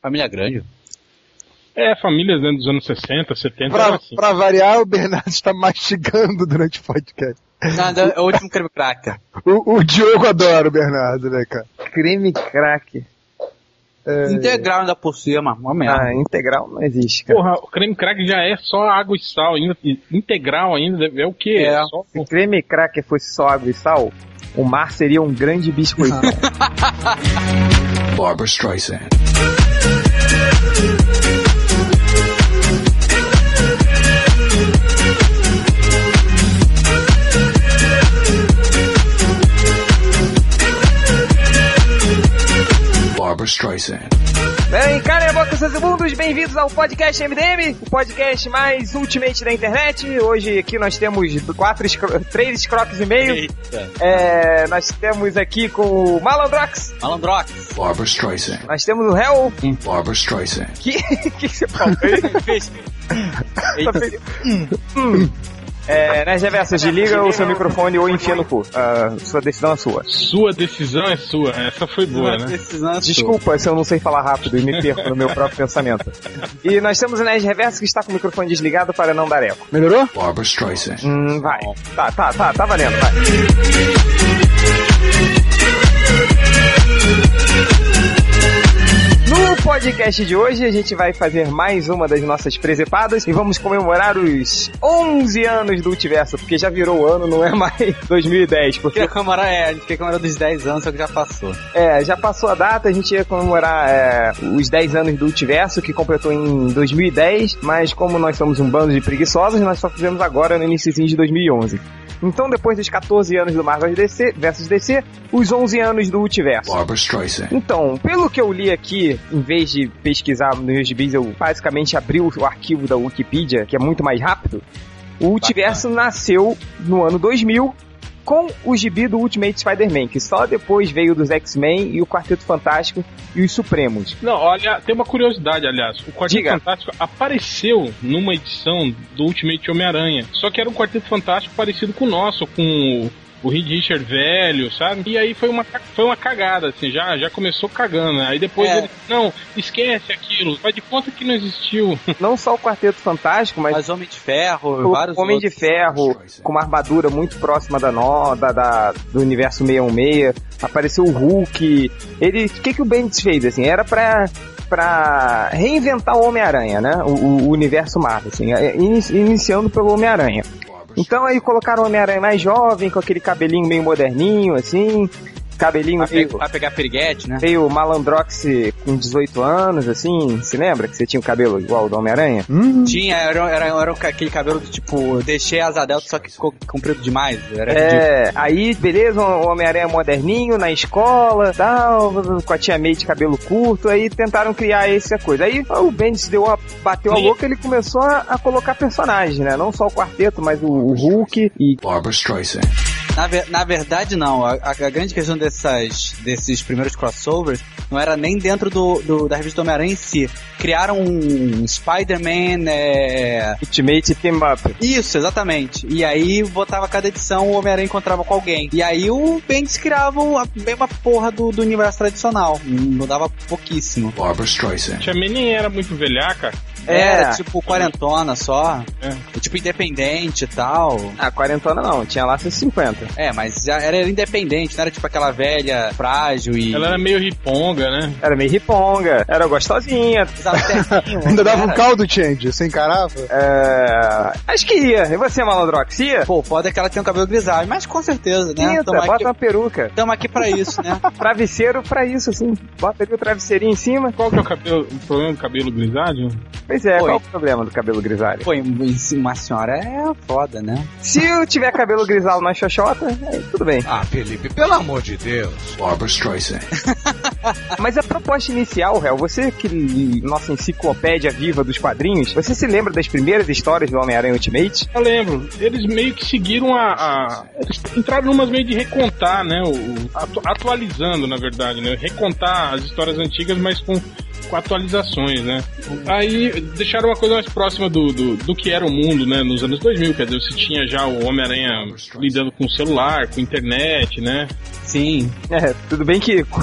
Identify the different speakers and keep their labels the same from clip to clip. Speaker 1: Família grande.
Speaker 2: É, famílias dentro dos anos 60, 70.
Speaker 3: Pra,
Speaker 2: era assim.
Speaker 3: pra variar, o Bernardo está mastigando durante o podcast.
Speaker 1: Nada, é o último creme cracker.
Speaker 3: O, o Diogo adora o Bernardo, né, cara?
Speaker 4: Creme crack.
Speaker 3: É,
Speaker 1: Integral ainda por cima, uma merda.
Speaker 4: Ah, integral não existe, cara.
Speaker 2: Porra, o creme crack já é só água e sal, ainda, integral ainda, é o quê?
Speaker 1: É.
Speaker 2: Só-
Speaker 4: Se creme cracker fosse só água e sal, o mar seria um grande biscoito.
Speaker 5: Barbara Streisand. Barbara Streisand.
Speaker 4: Bem, cara, eu boca seus segundos, bem-vindos ao podcast MDM, o podcast mais ultimate da internet. Hoje aqui nós temos quatro, escro- três escroques e meio.
Speaker 1: Eita.
Speaker 4: É, nós temos aqui com o Malandrox,
Speaker 1: Malandrox.
Speaker 5: Barbara Streisand.
Speaker 4: nós temos o Hell.
Speaker 5: Barbara Streisand.
Speaker 4: Que, que você falou? "Hum,
Speaker 1: Eita.
Speaker 4: É, nas reversas, desliga o seu microfone ou enfia no cu. Ah, sua decisão é sua.
Speaker 2: Sua decisão é sua. Essa foi
Speaker 4: É,
Speaker 2: boa, né?
Speaker 1: Desculpa.
Speaker 4: Desculpa se eu não sei falar rápido e me perco no meu próprio pensamento. E nós temos o Nerd Reverso que está com o microfone desligado para não dar eco.
Speaker 3: Melhorou?
Speaker 5: Barbara Streisand.
Speaker 4: Hum, vai. Tá, tá, tá, tá valendo, vai. No podcast de hoje, a gente vai fazer mais uma das nossas presepadas e vamos comemorar os 11 anos do Ultiverso, porque já virou ano, não é mais 2010, porque
Speaker 1: a câmara é, a gente quer a câmara dos 10 anos, só que já passou.
Speaker 4: É, já passou a data, a gente ia comemorar é, os 10 anos do Ultiverso, que completou em 2010, mas como nós somos um bando de preguiçosos, nós só fizemos agora no iníciozinho de 2011. Então, depois dos 14 anos do Marvel DC, versus DC, os 11 anos do Ultiverso.
Speaker 5: Barbara Streisand.
Speaker 4: Então, pelo que eu li aqui, em vez de pesquisar no News Biz, eu basicamente abri o o arquivo da Wikipedia, que é muito mais rápido. O Ultiverso nasceu no ano 2000 com o gibi do Ultimate Spider-Man, que só depois veio dos X-Men e o Quarteto Fantástico e os Supremos.
Speaker 2: Não, olha, tem uma curiosidade, aliás. O Quarteto
Speaker 4: Diga.
Speaker 2: Fantástico apareceu numa edição do Ultimate Homem-Aranha. Só que era um Quarteto Fantástico parecido com o nosso, com o, o Reed Richard velho, sabe? E aí foi uma, ca- foi uma cagada, assim, já, já começou cagando. né? Aí depois
Speaker 1: É.
Speaker 2: ele, não, esquece aquilo, faz de conta que não existiu.
Speaker 4: Não só o Quarteto Fantástico, mas,
Speaker 1: Mas Homem de Ferro,
Speaker 4: o
Speaker 1: vários
Speaker 4: um Homem
Speaker 1: outros.
Speaker 4: de Ferro, com uma armadura muito próxima da nó, da, da- do universo 616. Apareceu o Hulk. Ele, o que, que o Bendis fez, assim? Era pra, pra reinventar o Homem-Aranha, né? O, o- o universo Marvel, assim. é, ini- Iniciando pelo Homem-Aranha. Então aí colocaram o Homem-Aranha mais jovem, com aquele cabelinho meio moderninho, assim. Cabelinho
Speaker 1: Vai,
Speaker 4: meio,
Speaker 1: pe- vai pegar piriguete, né?
Speaker 4: meio malandrox com 18 anos, assim. Se lembra que você tinha o cabelo igual ao do Homem-Aranha?
Speaker 3: Hum.
Speaker 1: Tinha, era, era, era aquele cabelo do tipo, eu deixei a asa delta, só que ficou comprido demais. Era ridículo.
Speaker 4: É, aí, beleza, o Homem-Aranha moderninho na escola, tal, com a tia May de cabelo curto, aí tentaram criar essa coisa. Aí o Bendis deu a, bateu a
Speaker 2: Sim.
Speaker 4: louca, ele começou a, a colocar personagens, né? Não só o quarteto, mas o, o Hulk e
Speaker 5: Barbara Streisand.
Speaker 1: Na, ver- na verdade, não. A, a- a grande questão dessas, desses primeiros crossovers não era nem dentro do, do- da revista do Homem-Aranha em si. Criaram um Spider-Man. É...
Speaker 4: Ultimate Team Up.
Speaker 1: Isso, exatamente. E aí botava cada edição, o Homem-Aranha encontrava com alguém. E aí o Bendis criava a mesma porra do, do universo tradicional. Mudava pouquíssimo.
Speaker 5: Barbara Streisand.
Speaker 2: Tia May nem era muito velhaca.
Speaker 4: É.
Speaker 1: Era tipo quarentona só.
Speaker 2: É.
Speaker 1: Tipo independente e tal.
Speaker 4: Ah, quarentona não, tinha lá seus 50.
Speaker 1: É, mas já era independente, não era tipo aquela velha frágil e.
Speaker 2: Ela era meio riponga, né?
Speaker 4: Era meio riponga, era gostosinha.
Speaker 1: Precisava certinho,
Speaker 3: Ainda dava um
Speaker 1: cara.
Speaker 3: caldo change, você encarava?
Speaker 4: É... Acho que ia. E você, Malandrox, ia?
Speaker 1: Pô, pode é que ela tenha um cabelo grisalho, mas com certeza, né?
Speaker 4: Pinta,
Speaker 1: Tamo
Speaker 4: bota
Speaker 1: aqui,
Speaker 4: uma peruca.
Speaker 1: tamo aqui pra isso, né?
Speaker 4: Travesseiro pra isso, assim. Bota ali o travesseirinho em cima.
Speaker 2: Qual que é o, cabelo, o problema do cabelo grisalho?
Speaker 4: Pois é,
Speaker 1: Oi.
Speaker 4: qual o problema do cabelo grisalho?
Speaker 1: Pô, e uma senhora é foda, né?
Speaker 4: Se eu tiver cabelo grisalho na xoxota, aí tudo bem.
Speaker 6: Ah, Felipe, pelo amor de Deus.
Speaker 5: Barbara Streisand.
Speaker 4: Mas a proposta inicial, réu, você que nossa enciclopédia viva dos quadrinhos, você se lembra das primeiras histórias do Homem-Aranha Ultimate?
Speaker 2: Eu lembro, eles meio que seguiram a. a- eles entraram numas meio de recontar, né? O, o- atu- atualizando, na verdade, né? Recontar as histórias antigas, mas com, com atualizações, né? Aí deixaram uma coisa mais próxima do, do, do que era o mundo, né? Nos anos 2000, quer dizer, você tinha já o Homem-Aranha lidando com o celular, com internet, né?
Speaker 1: Sim.
Speaker 4: É, tudo bem que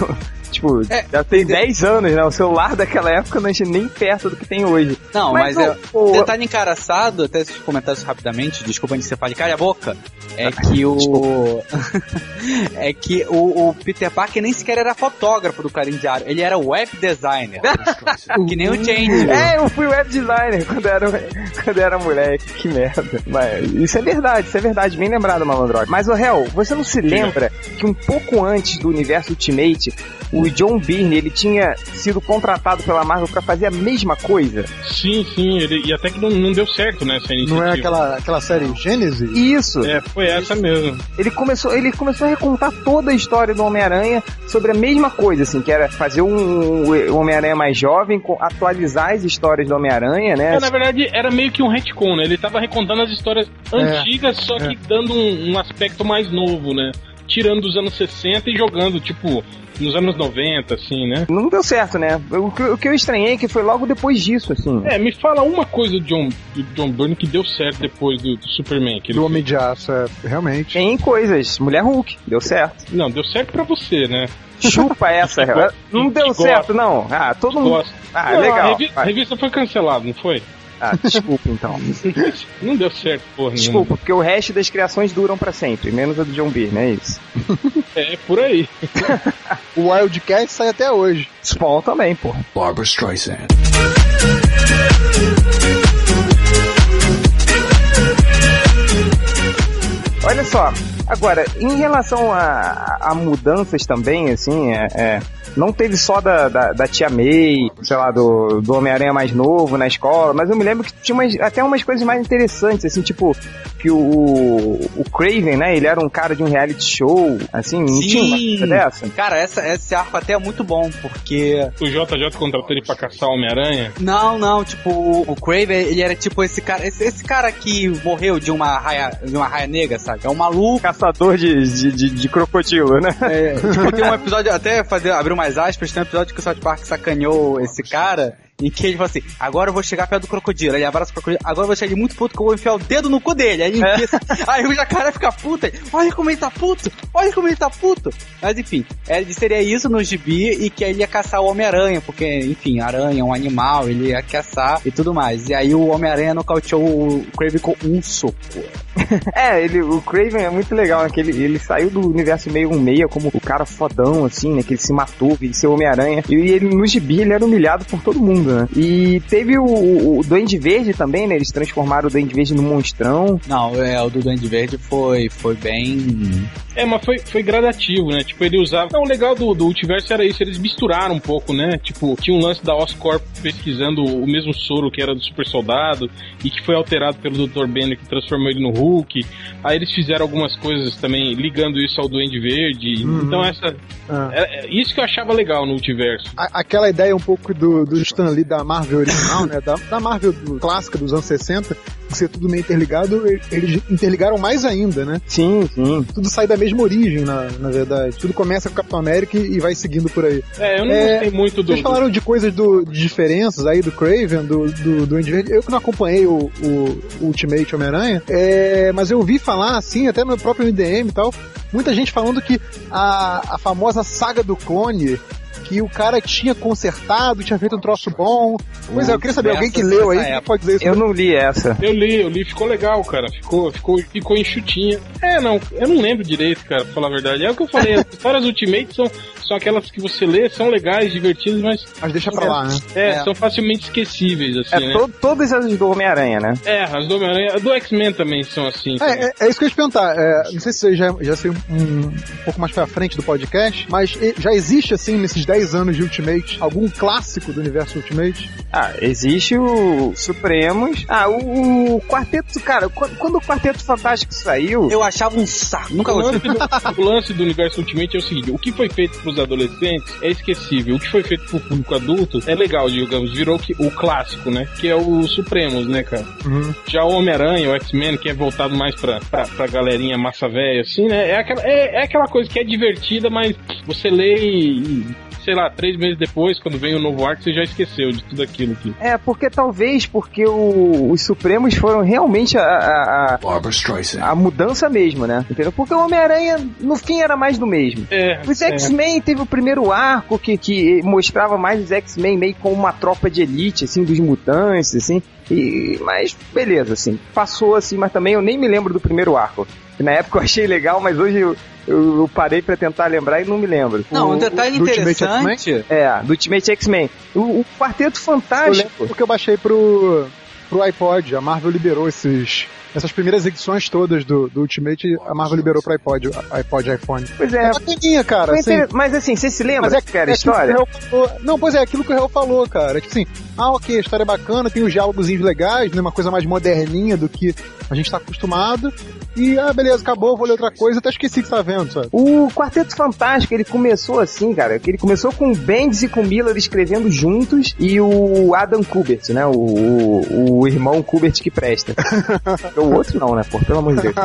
Speaker 4: Tipo,
Speaker 1: É.
Speaker 4: já tem 10 anos, né? O celular daquela época não tinha nem perto do que tem hoje.
Speaker 1: Não, mas, é,
Speaker 4: o,
Speaker 1: o
Speaker 4: o-
Speaker 1: detalhe encaraçado, até esses comentários rapidamente, desculpa antes de você falar, cala a boca, é que o... é que o, o Peter Parker nem sequer era fotógrafo do Clarim Diário, ele era web designer, que nem o Change.
Speaker 4: É, eu fui web designer quando era, quando era moleque. Que merda. Mas isso é verdade, isso é verdade. Bem lembrado, Malandrox. Mas, o réu, você não se lembra que um pouco antes do universo Ultimate, o John Byrne, ele tinha sido contratado pela Marvel pra fazer a mesma coisa?
Speaker 2: Sim, sim, ele, e até que não, não deu certo, né, essa iniciativa.
Speaker 3: Não é aquela, aquela série Gênesis?
Speaker 4: Isso.
Speaker 2: É, foi essa mesmo.
Speaker 4: Ele começou, ele começou a recontar toda a história do Homem-Aranha sobre a mesma coisa, assim, que era fazer um, um Homem-Aranha mais jovem, co- atualizar as histórias do Homem-Aranha, né?
Speaker 2: É, na verdade, era meio que um retcon, né? Ele tava recontando as histórias
Speaker 4: É,
Speaker 2: antigas, só que dando um, um aspecto mais novo, né? Tirando dos anos 60 e jogando, tipo, nos anos 90, assim, né?
Speaker 4: Não deu certo, né? O que, o que eu estranhei é que foi logo depois disso, assim.
Speaker 2: É, me fala uma coisa do John, do John Byrne que deu certo depois do, do Superman. Que ele
Speaker 3: Do Homem de Aço, é, realmente.
Speaker 4: Tem coisas. Mulher Hulk, deu certo.
Speaker 2: fez. Não, deu certo pra você, né?
Speaker 4: Chupa essa, é Real. Não deu
Speaker 2: Gosta.
Speaker 4: certo, não. Ah, todo mundo.
Speaker 2: Gosta.
Speaker 4: Ah,
Speaker 2: Não, A
Speaker 4: legal.
Speaker 2: revi- a
Speaker 4: Ah,
Speaker 2: revista foi cancelada, não foi?
Speaker 4: ah, desculpa, então.
Speaker 2: Não deu certo, porra nenhuma.
Speaker 4: Desculpa, porque o resto das criações duram pra sempre, menos a do John Byrne, é isso.
Speaker 2: É, é por aí.
Speaker 3: O Wildcat sai até hoje.
Speaker 4: Spawn também, pô.
Speaker 5: Barbara Streisand.
Speaker 4: Olha só, agora, em relação a, a mudanças também, assim, é, é, não teve só da, da, da tia May, sei lá, do, do Homem-Aranha mais novo na escola, mas eu me lembro que tinha umas- até umas coisas mais interessantes, assim, tipo, que o, o Craven, né, ele era um cara de um reality show, assim, não
Speaker 1: Sim.
Speaker 4: tinha uma coisa dessa?
Speaker 1: Cara, essa, esse arco até é muito bom, porque
Speaker 2: O JJ contratou ele pra caçar o Homem-Aranha.
Speaker 1: Não, não, tipo, o, o Craven, ele era tipo esse cara, esse, esse cara que morreu de uma raia, de uma raia negra, sabe? É um maluco.
Speaker 4: Caçador de, de, de, de crocodilo, né?
Speaker 1: é, tipo, tem um episódio, até fazer, abrir mais aspas, tem um episódio que o South Park sacaneou esse cara, em que ele fala assim, agora eu vou chegar perto do crocodilo, ele abraça o crocodilo, agora eu vou chegar ele muito puto que eu vou enfiar o dedo no cu dele, aí, ele enfia, assim, aí o jacaré fica puto, ele, olha como ele tá puto, olha como ele tá puto. Mas enfim, é, seria isso no gibi e que aí ele ia caçar o Homem-Aranha, porque, enfim, aranha é um animal, ele ia caçar e tudo mais. E aí o Homem-Aranha nocauteou o Kraven com um soco.
Speaker 4: É, ele, o Craven é muito legal, né? Que ele, ele saiu do universo meio um meia como o cara fodão, assim, né? Que ele se matou, venceu o Homem-Aranha. E ele, no gibi, ele era humilhado por todo mundo, né? E teve o, o, o Duende Verde também, né? Eles transformaram o Duende Verde num monstrão.
Speaker 1: Não, é, o do Duende Verde foi, foi bem...
Speaker 2: É, mas foi, foi gradativo, né? Tipo, ele usava. Não, o legal do, do Ultiverso era isso, eles misturaram um pouco, né? Tipo, tinha um lance da Oscorp pesquisando o mesmo soro que era do Super Soldado e que foi alterado pelo Dr. Banner que transformou ele no Hulk. Aí eles fizeram algumas coisas também ligando isso ao Duende Verde.
Speaker 3: Uhum.
Speaker 2: Então, essa.
Speaker 3: Ah.
Speaker 2: é- é isso que eu achava legal no Ultiverso.
Speaker 3: A- aquela ideia um pouco do, do Stan Lee da Marvel original, né? Da, da Marvel do- clássica dos anos 60, que ser tudo meio interligado, e- eles interligaram mais ainda, né?
Speaker 4: Sim, sim.
Speaker 3: Tudo sai da mesma origem, na, na verdade. Tudo começa com o Capitão América e e vai seguindo por aí.
Speaker 2: É, eu não
Speaker 3: É,
Speaker 2: gostei muito do.
Speaker 3: Vocês falaram de coisas do, de diferenças aí do Craven, do, do, do Andy Verde. Eu que não acompanhei o, o, o Ultimate Homem-Aranha, é, mas eu ouvi falar, assim, até no próprio MDM e tal, muita gente falando que a, a famosa saga do clone, que o cara tinha consertado, tinha feito um troço bom. Pois é, eu queria saber, alguém que leu aí,
Speaker 1: Nessa
Speaker 3: quem pode dizer isso?
Speaker 4: Eu não li essa.
Speaker 2: Eu li, eu li, ficou legal, cara. Ficou, ficou, ficou enxutinha. É, não, eu não lembro direito, cara, pra falar a verdade. É o que eu falei, as histórias Ultimate são, são aquelas que você lê, são legais, divertidas, mas
Speaker 3: Mas deixa pra lá, né?
Speaker 2: é,
Speaker 1: É.
Speaker 2: são facilmente esquecíveis, assim,
Speaker 4: É,
Speaker 2: né?
Speaker 4: to- todas as do Homem-Aranha, né?
Speaker 2: É, as do Homem-Aranha, as do X-Men também são assim.
Speaker 3: É,
Speaker 2: cara.
Speaker 3: é, é isso que eu ia te perguntar. é, não sei se você já, já saiu um, um pouco mais pra frente do podcast, mas e- já existe, assim, nesses 10 anos de Ultimate, algum clássico do universo Ultimate?
Speaker 4: Ah, existe o Supremos. Ah, o, o Quarteto, cara, qu- quando o Quarteto Fantástico saiu.
Speaker 1: Eu achava um saco, nunca
Speaker 2: O
Speaker 1: gostei.
Speaker 2: lance, do, o lance do universo Ultimate é o seguinte: o que foi feito pros adolescentes é esquecível, o que foi feito pro público adulto é legal, digamos, virou que- o clássico, né? Que é o Supremos, né, cara?
Speaker 4: Uhum.
Speaker 2: Já o Homem-Aranha, o X-Men, que é voltado mais pra, pra, pra galerinha massa velha, assim, né? É aquela, é, é aquela coisa que é divertida, mas você lê e. e, sei lá, três meses depois, quando vem o novo arco, você já esqueceu de tudo aquilo que.
Speaker 4: É, porque talvez porque o- os Supremos foram realmente a- a, a,
Speaker 5: Barbara Streisand.
Speaker 4: a mudança mesmo, né? Entendeu? Porque o Homem-Aranha, no fim, era mais do mesmo.
Speaker 2: É,
Speaker 4: Os X-Men teve o primeiro arco que, que mostrava mais os X-Men meio como uma tropa de elite, assim, dos mutantes, assim. E, mas, beleza, assim. Passou, assim, mas também eu nem me lembro do primeiro arco. Na época eu achei legal, mas hoje eu, eu parei pra tentar lembrar e não me lembro.
Speaker 1: Não,
Speaker 4: O-
Speaker 1: um detalhe
Speaker 3: do Tipo, Ultimate
Speaker 1: interessante.
Speaker 4: É, do Ultimate X-Men. O, o Quarteto
Speaker 3: Eu lembro
Speaker 4: Fantástico.
Speaker 3: porque eu baixei pro, pro iPod. A Marvel liberou esses, essas primeiras edições todas do, do Ultimate. A Marvel liberou pro iPod, iPod, iPhone.
Speaker 4: Pois é.
Speaker 3: É bacaninha, cara.
Speaker 4: foi
Speaker 3: assim.
Speaker 4: inter- Mas assim, você se lembra,
Speaker 3: Mas é,
Speaker 4: cara,
Speaker 3: é
Speaker 4: a
Speaker 3: aquilo que o
Speaker 4: história?
Speaker 3: Hell falou. Não, pois é, aquilo que o Hell falou, cara. Tipo assim, ah, ok, a história é bacana, tem os diálogos legais, né? Uma coisa mais moderninha do que a gente tá acostumado. E, ah, beleza, acabou, vou ler outra coisa, até esqueci que tá vendo, sabe?
Speaker 4: O Quarteto Fantástico, ele começou assim, cara, que ele começou com o Bendis e com o Miller escrevendo juntos e o Adam Kubert, né, o, o, o irmão Kubert que presta. o outro não, né, pô, pelo amor de Deus.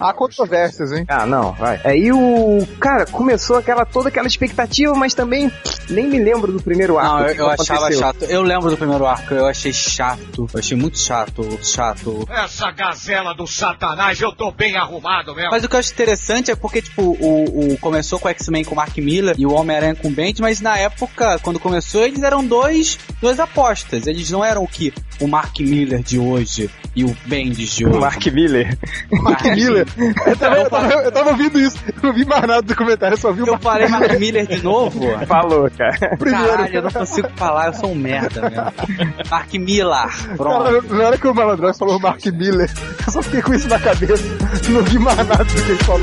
Speaker 3: Há controvérsias, hein?
Speaker 4: Ah, não, vai. Aí o, cara, começou aquela, toda aquela expectativa, mas também nem me lembro do primeiro arco.
Speaker 1: Não, eu,
Speaker 4: o que
Speaker 1: eu achava
Speaker 4: assim, aconteceu.
Speaker 1: chato. Eu lembro do primeiro arco, eu achei chato. Eu achei muito chato, chato.
Speaker 6: Essa gazela do satanás, eu tô bem arrumado mesmo.
Speaker 1: Mas o que eu acho interessante é porque, tipo, o, o- começou com o X-Men com o Mark Miller e o Homem-Aranha com o Bendis, mas na época, quando começou, eles eram dois, dois apostas. Eles não eram o que o Mark Miller de hoje e o Bendis de hoje.
Speaker 4: O Mark Miller.
Speaker 1: Mark
Speaker 3: Miller. Eu tava, eu, tava, eu tava ouvindo isso, eu não vi mais nada do comentário, eu só vi o
Speaker 1: Eu falei Mark Miller de novo?
Speaker 4: Falou, cara.
Speaker 3: primeiro.
Speaker 1: Caralho, eu não consigo falar, eu sou um merda mesmo. Mark Miller, pronto.
Speaker 3: Cara, na hora que o Malandrox falou Mark Miller, eu só fiquei com isso na cabeça, não vi mais nada do que ele falou.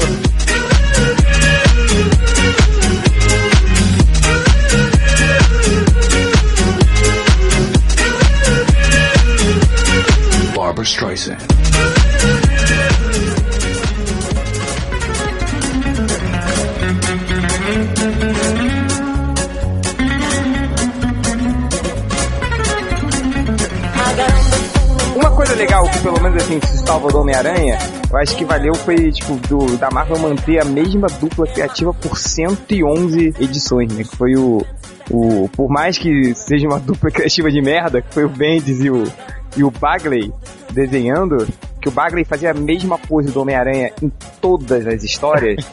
Speaker 5: Barbara Streisand.
Speaker 4: Uma coisa legal que pelo menos assim que se salva do Homem-Aranha, eu acho que valeu foi tipo do, da Marvel manter a mesma dupla criativa por 111 edições, né? Que foi o o por mais que seja uma dupla criativa de merda, que foi o Bendis e o e o Bagley desenhando, que o Bagley fazia a mesma pose do Homem-Aranha em todas as histórias.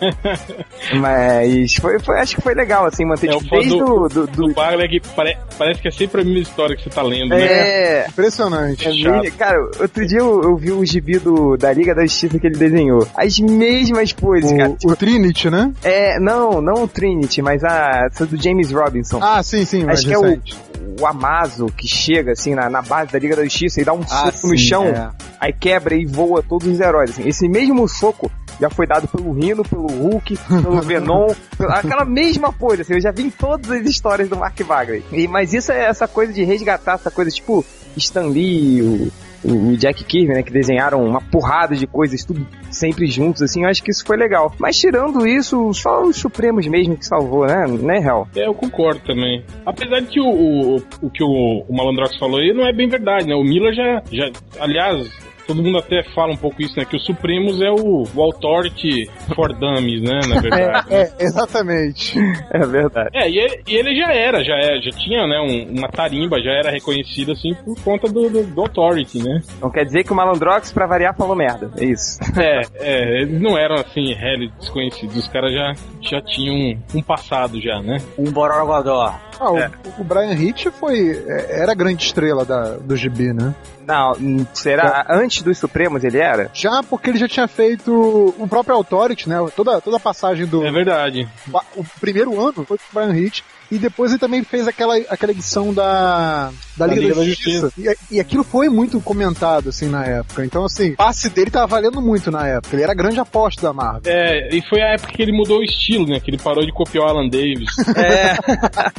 Speaker 4: Mas foi, foi- acho que foi legal assim manter
Speaker 2: É,
Speaker 4: tipo,
Speaker 2: o fã
Speaker 4: desde
Speaker 2: do-
Speaker 4: o do, do,
Speaker 2: O Bagley que pare- parece que é sempre a mesma história que você tá lendo, né?
Speaker 4: é,
Speaker 3: Impressionante.
Speaker 4: É
Speaker 2: Chato.
Speaker 4: mesmo? Cara, outro dia eu, eu vi o gibi do, da Liga da Justiça que ele desenhou. As mesmas poses, cara.
Speaker 3: O, o Trinity, né?
Speaker 4: É, não, não o Trinity, mas a essa do James Robinson.
Speaker 3: Ah, sim, sim, mais
Speaker 4: Acho que é o,
Speaker 3: recente.
Speaker 4: o Amazo que chega, assim, na, na base da Liga da Justiça e dá um
Speaker 3: Ah,
Speaker 4: soco no chão,
Speaker 3: é.
Speaker 4: aí quebra e voa todos os heróis. assim. Esse mesmo soco já foi dado pelo Rino, pelo Hulk, pelo Venom, pela- aquela mesma coisa, assim, eu já vi em todas as histórias do Mark Bagley. E, mas isso é essa coisa de resgatar essa coisa, tipo, Stan Lee, o, o Jack Kirby, né, que desenharam uma porrada de coisas, tudo sempre juntos, assim, eu acho que isso foi legal. Mas tirando isso, só os Supremos mesmo que salvou, né, né, Hel?
Speaker 2: É, eu concordo também. Apesar de que o, o, o que o, o Malandrox falou aí não é bem verdade, né? O Miller já, já. Aliás, todo mundo até fala um pouco isso, né? Que o Supremos é o, o Authority for Dummies, né? Na verdade.
Speaker 3: É, exatamente.
Speaker 4: É verdade.
Speaker 2: É, e ele, e ele já era, já, é, já tinha, né, um- uma tarimba, já era reconhecido, assim, por conta do, do, do Authority, né?
Speaker 4: Então quer dizer que o Malandrox, pra variar, falou merda, é isso.
Speaker 2: É, é, eles não eram, assim, réis desconhecidos, os caras já, já tinham um, um passado já, né?
Speaker 1: Um Borogodó.
Speaker 3: Ah, o,
Speaker 2: É.
Speaker 3: o Brian Hitch foi. é, Era a grande estrela da, do gibi, né?
Speaker 4: Não, hum, será? Antes dos Supremos ele era?
Speaker 3: Já porque ele já tinha feito o próprio Authority, né? Toda, toda a passagem do.
Speaker 2: É verdade.
Speaker 3: ba- O primeiro ano foi com o Brian Hitch. E depois ele também fez aquela, aquela edição da, da, Liga, da Justiça. E, e aquilo foi muito comentado, assim, na época. Então, assim, o passe dele tava valendo muito na época. Ele era a grande aposta da Marvel.
Speaker 2: É, e foi a época que ele mudou o estilo, né? Que ele parou de copiar o Alan Davis.
Speaker 1: É,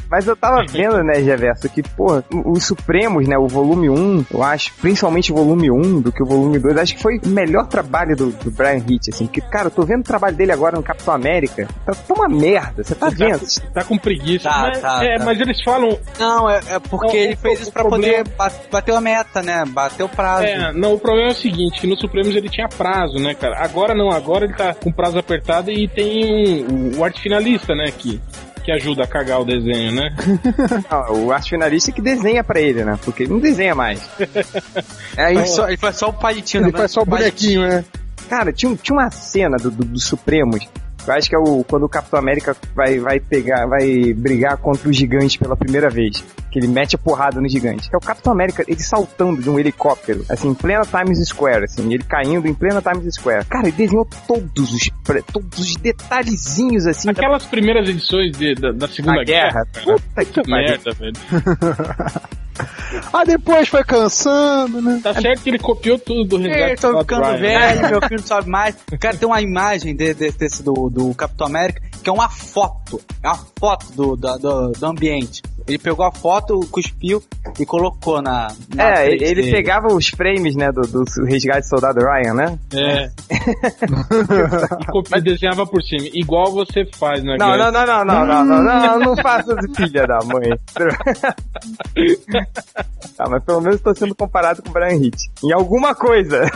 Speaker 4: Mas eu tava vendo, né, Geverso, que, porra, o- os Supremos, né, o volume 1, eu acho, principalmente o volume 1 do que o volume 2, acho que foi o melhor trabalho do, do Brian Hitch, assim, porque, cara, eu tô vendo o trabalho dele agora no Capitão América, tá tá uma merda, você tá vendo?
Speaker 2: tá com preguiça.
Speaker 1: Tá,
Speaker 2: mas,
Speaker 1: tá,
Speaker 2: é,
Speaker 1: tá.
Speaker 2: mas eles falam.
Speaker 1: Não, é, é porque
Speaker 2: Não,
Speaker 1: ele
Speaker 2: o-
Speaker 1: fez
Speaker 2: o
Speaker 1: isso pra
Speaker 2: problema-
Speaker 1: poder ba- bater a meta, né? Bater o prazo.
Speaker 2: É, não, o problema é o seguinte, que no Supremos ele tinha prazo, né, cara? Agora não, agora ele tá com prazo apertado e tem um- o, o arte finalista, né? Que que ajuda a cagar o desenho, né?
Speaker 4: Ah, o arte finalista que desenha pra ele, né? Porque ele não desenha mais. Aí,
Speaker 1: Ele, É, só, ele faz só o palitinho.
Speaker 3: Ele
Speaker 1: né?
Speaker 3: faz só o bonequinho, né?
Speaker 4: cara, tinha, um- tinha uma cena do, do, do Supremos. Eu acho que é o, quando o Capitão América vai, vai pegar, vai brigar contra o gigante pela primeira vez. Que ele mete a porrada no gigante. Que é o Capitão América, ele saltando de um helicóptero, assim, em plena Times Square, assim, ele caindo em plena Times Square. Cara, ele desenhou todos os, pre- todos os detalhezinhos, assim, da-
Speaker 2: Aquelas primeiras edições de- da, da Segunda
Speaker 4: da
Speaker 2: Guerra.
Speaker 4: guerra. Puta que
Speaker 2: Puta
Speaker 4: pariu.
Speaker 2: merda, velho.
Speaker 3: Ah, depois foi cansando, né?
Speaker 2: Tá certo que ele copiou tudo do
Speaker 1: Eu
Speaker 2: Resgate
Speaker 1: É, tô
Speaker 2: Soldado
Speaker 1: ficando
Speaker 2: Ryan. né?
Speaker 1: velho, meu filho não sabe mais. Cara, tem uma imagem de- de- desse do, do Capitão América que é uma foto. É uma foto do, da- do, do ambiente. Ele pegou a foto, cuspiu e colocou na. na
Speaker 4: É,
Speaker 1: frente
Speaker 4: ele, ele
Speaker 1: dele.
Speaker 4: pegava os frames, né, do, do resgate do soldado Ryan, né?
Speaker 2: É. e copi- desenhava por cima. Igual você faz na
Speaker 4: Não,
Speaker 2: guerra.
Speaker 4: não, não, não, não, não, não, não, não faça de filha da mãe. ah, mas pelo menos tô sendo comparado com o Brian Hitch. Em alguma coisa.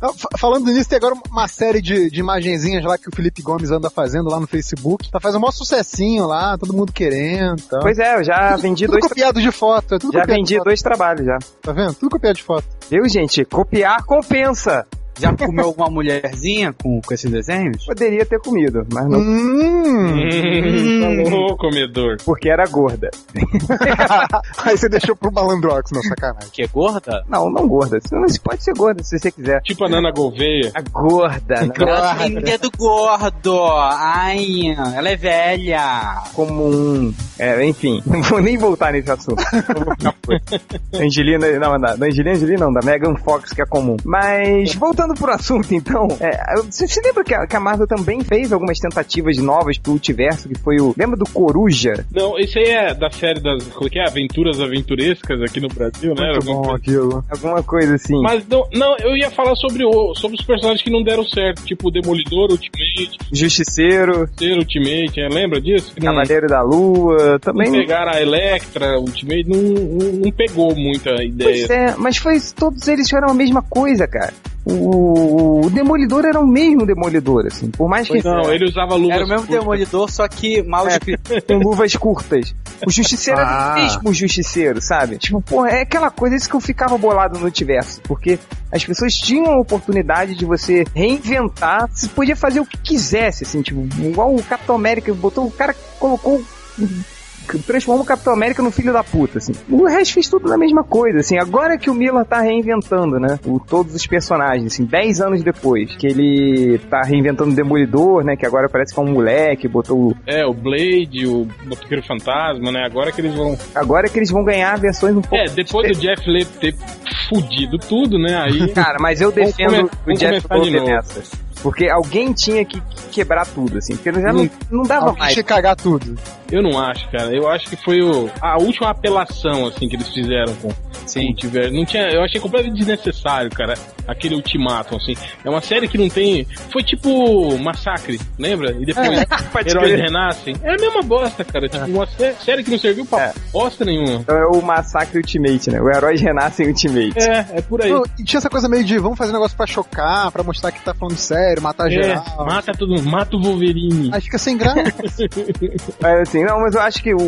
Speaker 3: Ah, fa- Falando nisso, tem agora uma série de, de imagenzinhas lá que o Felipe Gomes anda fazendo lá no Facebook. Tá fazendo um maior sucessinho lá, todo mundo querendo. Tá.
Speaker 4: Pois é, eu já vendi
Speaker 3: tudo
Speaker 4: dois.
Speaker 3: copiado de foto, é tudo
Speaker 4: Já
Speaker 3: copiado de
Speaker 4: vendi
Speaker 3: foto,
Speaker 4: dois trabalhos já.
Speaker 3: tá vendo? Tudo copiado de foto.
Speaker 4: Viu, gente? Copiar compensa.
Speaker 1: Já comeu alguma mulherzinha com, com esses desenhos?
Speaker 4: Poderia ter comido, mas não.
Speaker 3: Hum,
Speaker 2: Hum, Ô, comedor.
Speaker 4: Porque era gorda.
Speaker 3: aí você deixou pro Malandrox, não, sacanagem.
Speaker 1: Que é gorda?
Speaker 4: Não, não gorda. Você não- você pode ser gorda se você quiser.
Speaker 2: Tipo a Nana Gouveia.
Speaker 4: A gorda, né?
Speaker 1: Ela tem dedo gordo. Ai, ela é velha.
Speaker 4: comum. É, enfim, não vou nem voltar nesse assunto. Vou ficar por- Angelina, não, da, da Angelina Jolie não, da Megan Fox, que é comum. Mas, voltando pro assunto, então, é, eu- você se lembra que a, que a Marvel também fez algumas tentativas novas pro multiverso, que foi o... Lembra do Coruja?
Speaker 2: Não, esse aí é da série das. Como que é? Aventuras Aventurescas aqui no Brasil, né? Era
Speaker 3: Muito
Speaker 2: alguma
Speaker 3: bom
Speaker 2: coisa.
Speaker 3: aquilo.
Speaker 4: Alguma coisa assim.
Speaker 2: Mas não, não, eu ia falar sobre, o, sobre os personagens que não deram certo, tipo o Demolidor, Ultimate,
Speaker 4: Justiceiro,
Speaker 2: Ser Ultimate, é, lembra disso? Que não-
Speaker 4: Cavaleiro da Lua, também...
Speaker 2: não pegaram a Electra, Ultimate, não, não, não pegou muita ideia.
Speaker 4: Pois é, mas foi, todos eles eram a mesma coisa, cara. O, o Demolidor era o mesmo Demolidor, assim. Por mais que...
Speaker 2: é. Não, ele usava luvas.
Speaker 1: é. Era o mesmo
Speaker 2: curtas.
Speaker 1: demolidor, só que mal
Speaker 4: É.
Speaker 1: escrito.
Speaker 4: com luvas curtas. O justiceiro era
Speaker 3: Ah.
Speaker 4: o mesmo justiceiro, sabe? Tipo, porra, é aquela coisa, isso que eu ficava bolado no multiverso. Porque as pessoas tinham a oportunidade de você reinventar, você podia fazer o que quisesse, assim, tipo, igual o Capitão América, botou, o cara colocou. Transformou o Capitão América no filho da puta, assim. O resto fez tudo na mesma coisa, assim. Agora que o Miller tá reinventando, né? O, todos os personagens, assim, 10 anos depois. Que ele tá reinventando o Demolidor, né? Que agora parece que é um moleque, botou o
Speaker 2: É, o Blade, o Motoqueiro Fantasma, né? Agora que eles vão.
Speaker 4: Agora é que eles vão ganhar versões um pouco.
Speaker 2: É, depois do Jeff Lee ter fudido tudo, né? Aí.
Speaker 4: Cara, mas eu
Speaker 2: Vamos
Speaker 4: defendo
Speaker 2: come-
Speaker 4: o
Speaker 2: vamos
Speaker 4: Jeff
Speaker 2: começar de
Speaker 4: Goldblum
Speaker 2: novo.
Speaker 4: nessa. Porque alguém tinha que que quebrar tudo, assim. Porque já não, não dava
Speaker 3: Alguém
Speaker 4: mais.
Speaker 3: tinha que cagar tudo.
Speaker 2: Eu não acho, cara. Eu acho que foi o, a última apelação, assim, que eles fizeram com com o multiverso. Não tinha, eu achei completamente desnecessário, cara, aquele ultimatum, assim. É uma série que não tem... Foi tipo Massacre, lembra? E depois
Speaker 3: É.
Speaker 4: Pode
Speaker 2: Heróis
Speaker 4: crer.
Speaker 2: Renascem. É a mesma bosta, cara. Tipo, uma sé- série que não serviu pra
Speaker 4: É.
Speaker 2: bosta nenhuma.
Speaker 4: Então é o Massacre Ultimate, né? O herói renasce em Ultimate.
Speaker 2: É, é por aí.
Speaker 3: Não, E tinha essa coisa meio de vamos fazer um negócio pra chocar, pra mostrar que tá falando sério, matar
Speaker 2: É,
Speaker 3: geral.
Speaker 2: mata todo mundo. Mata o Wolverine.
Speaker 3: Aí fica sem graça.
Speaker 4: Mas assim, não, mas eu acho que o,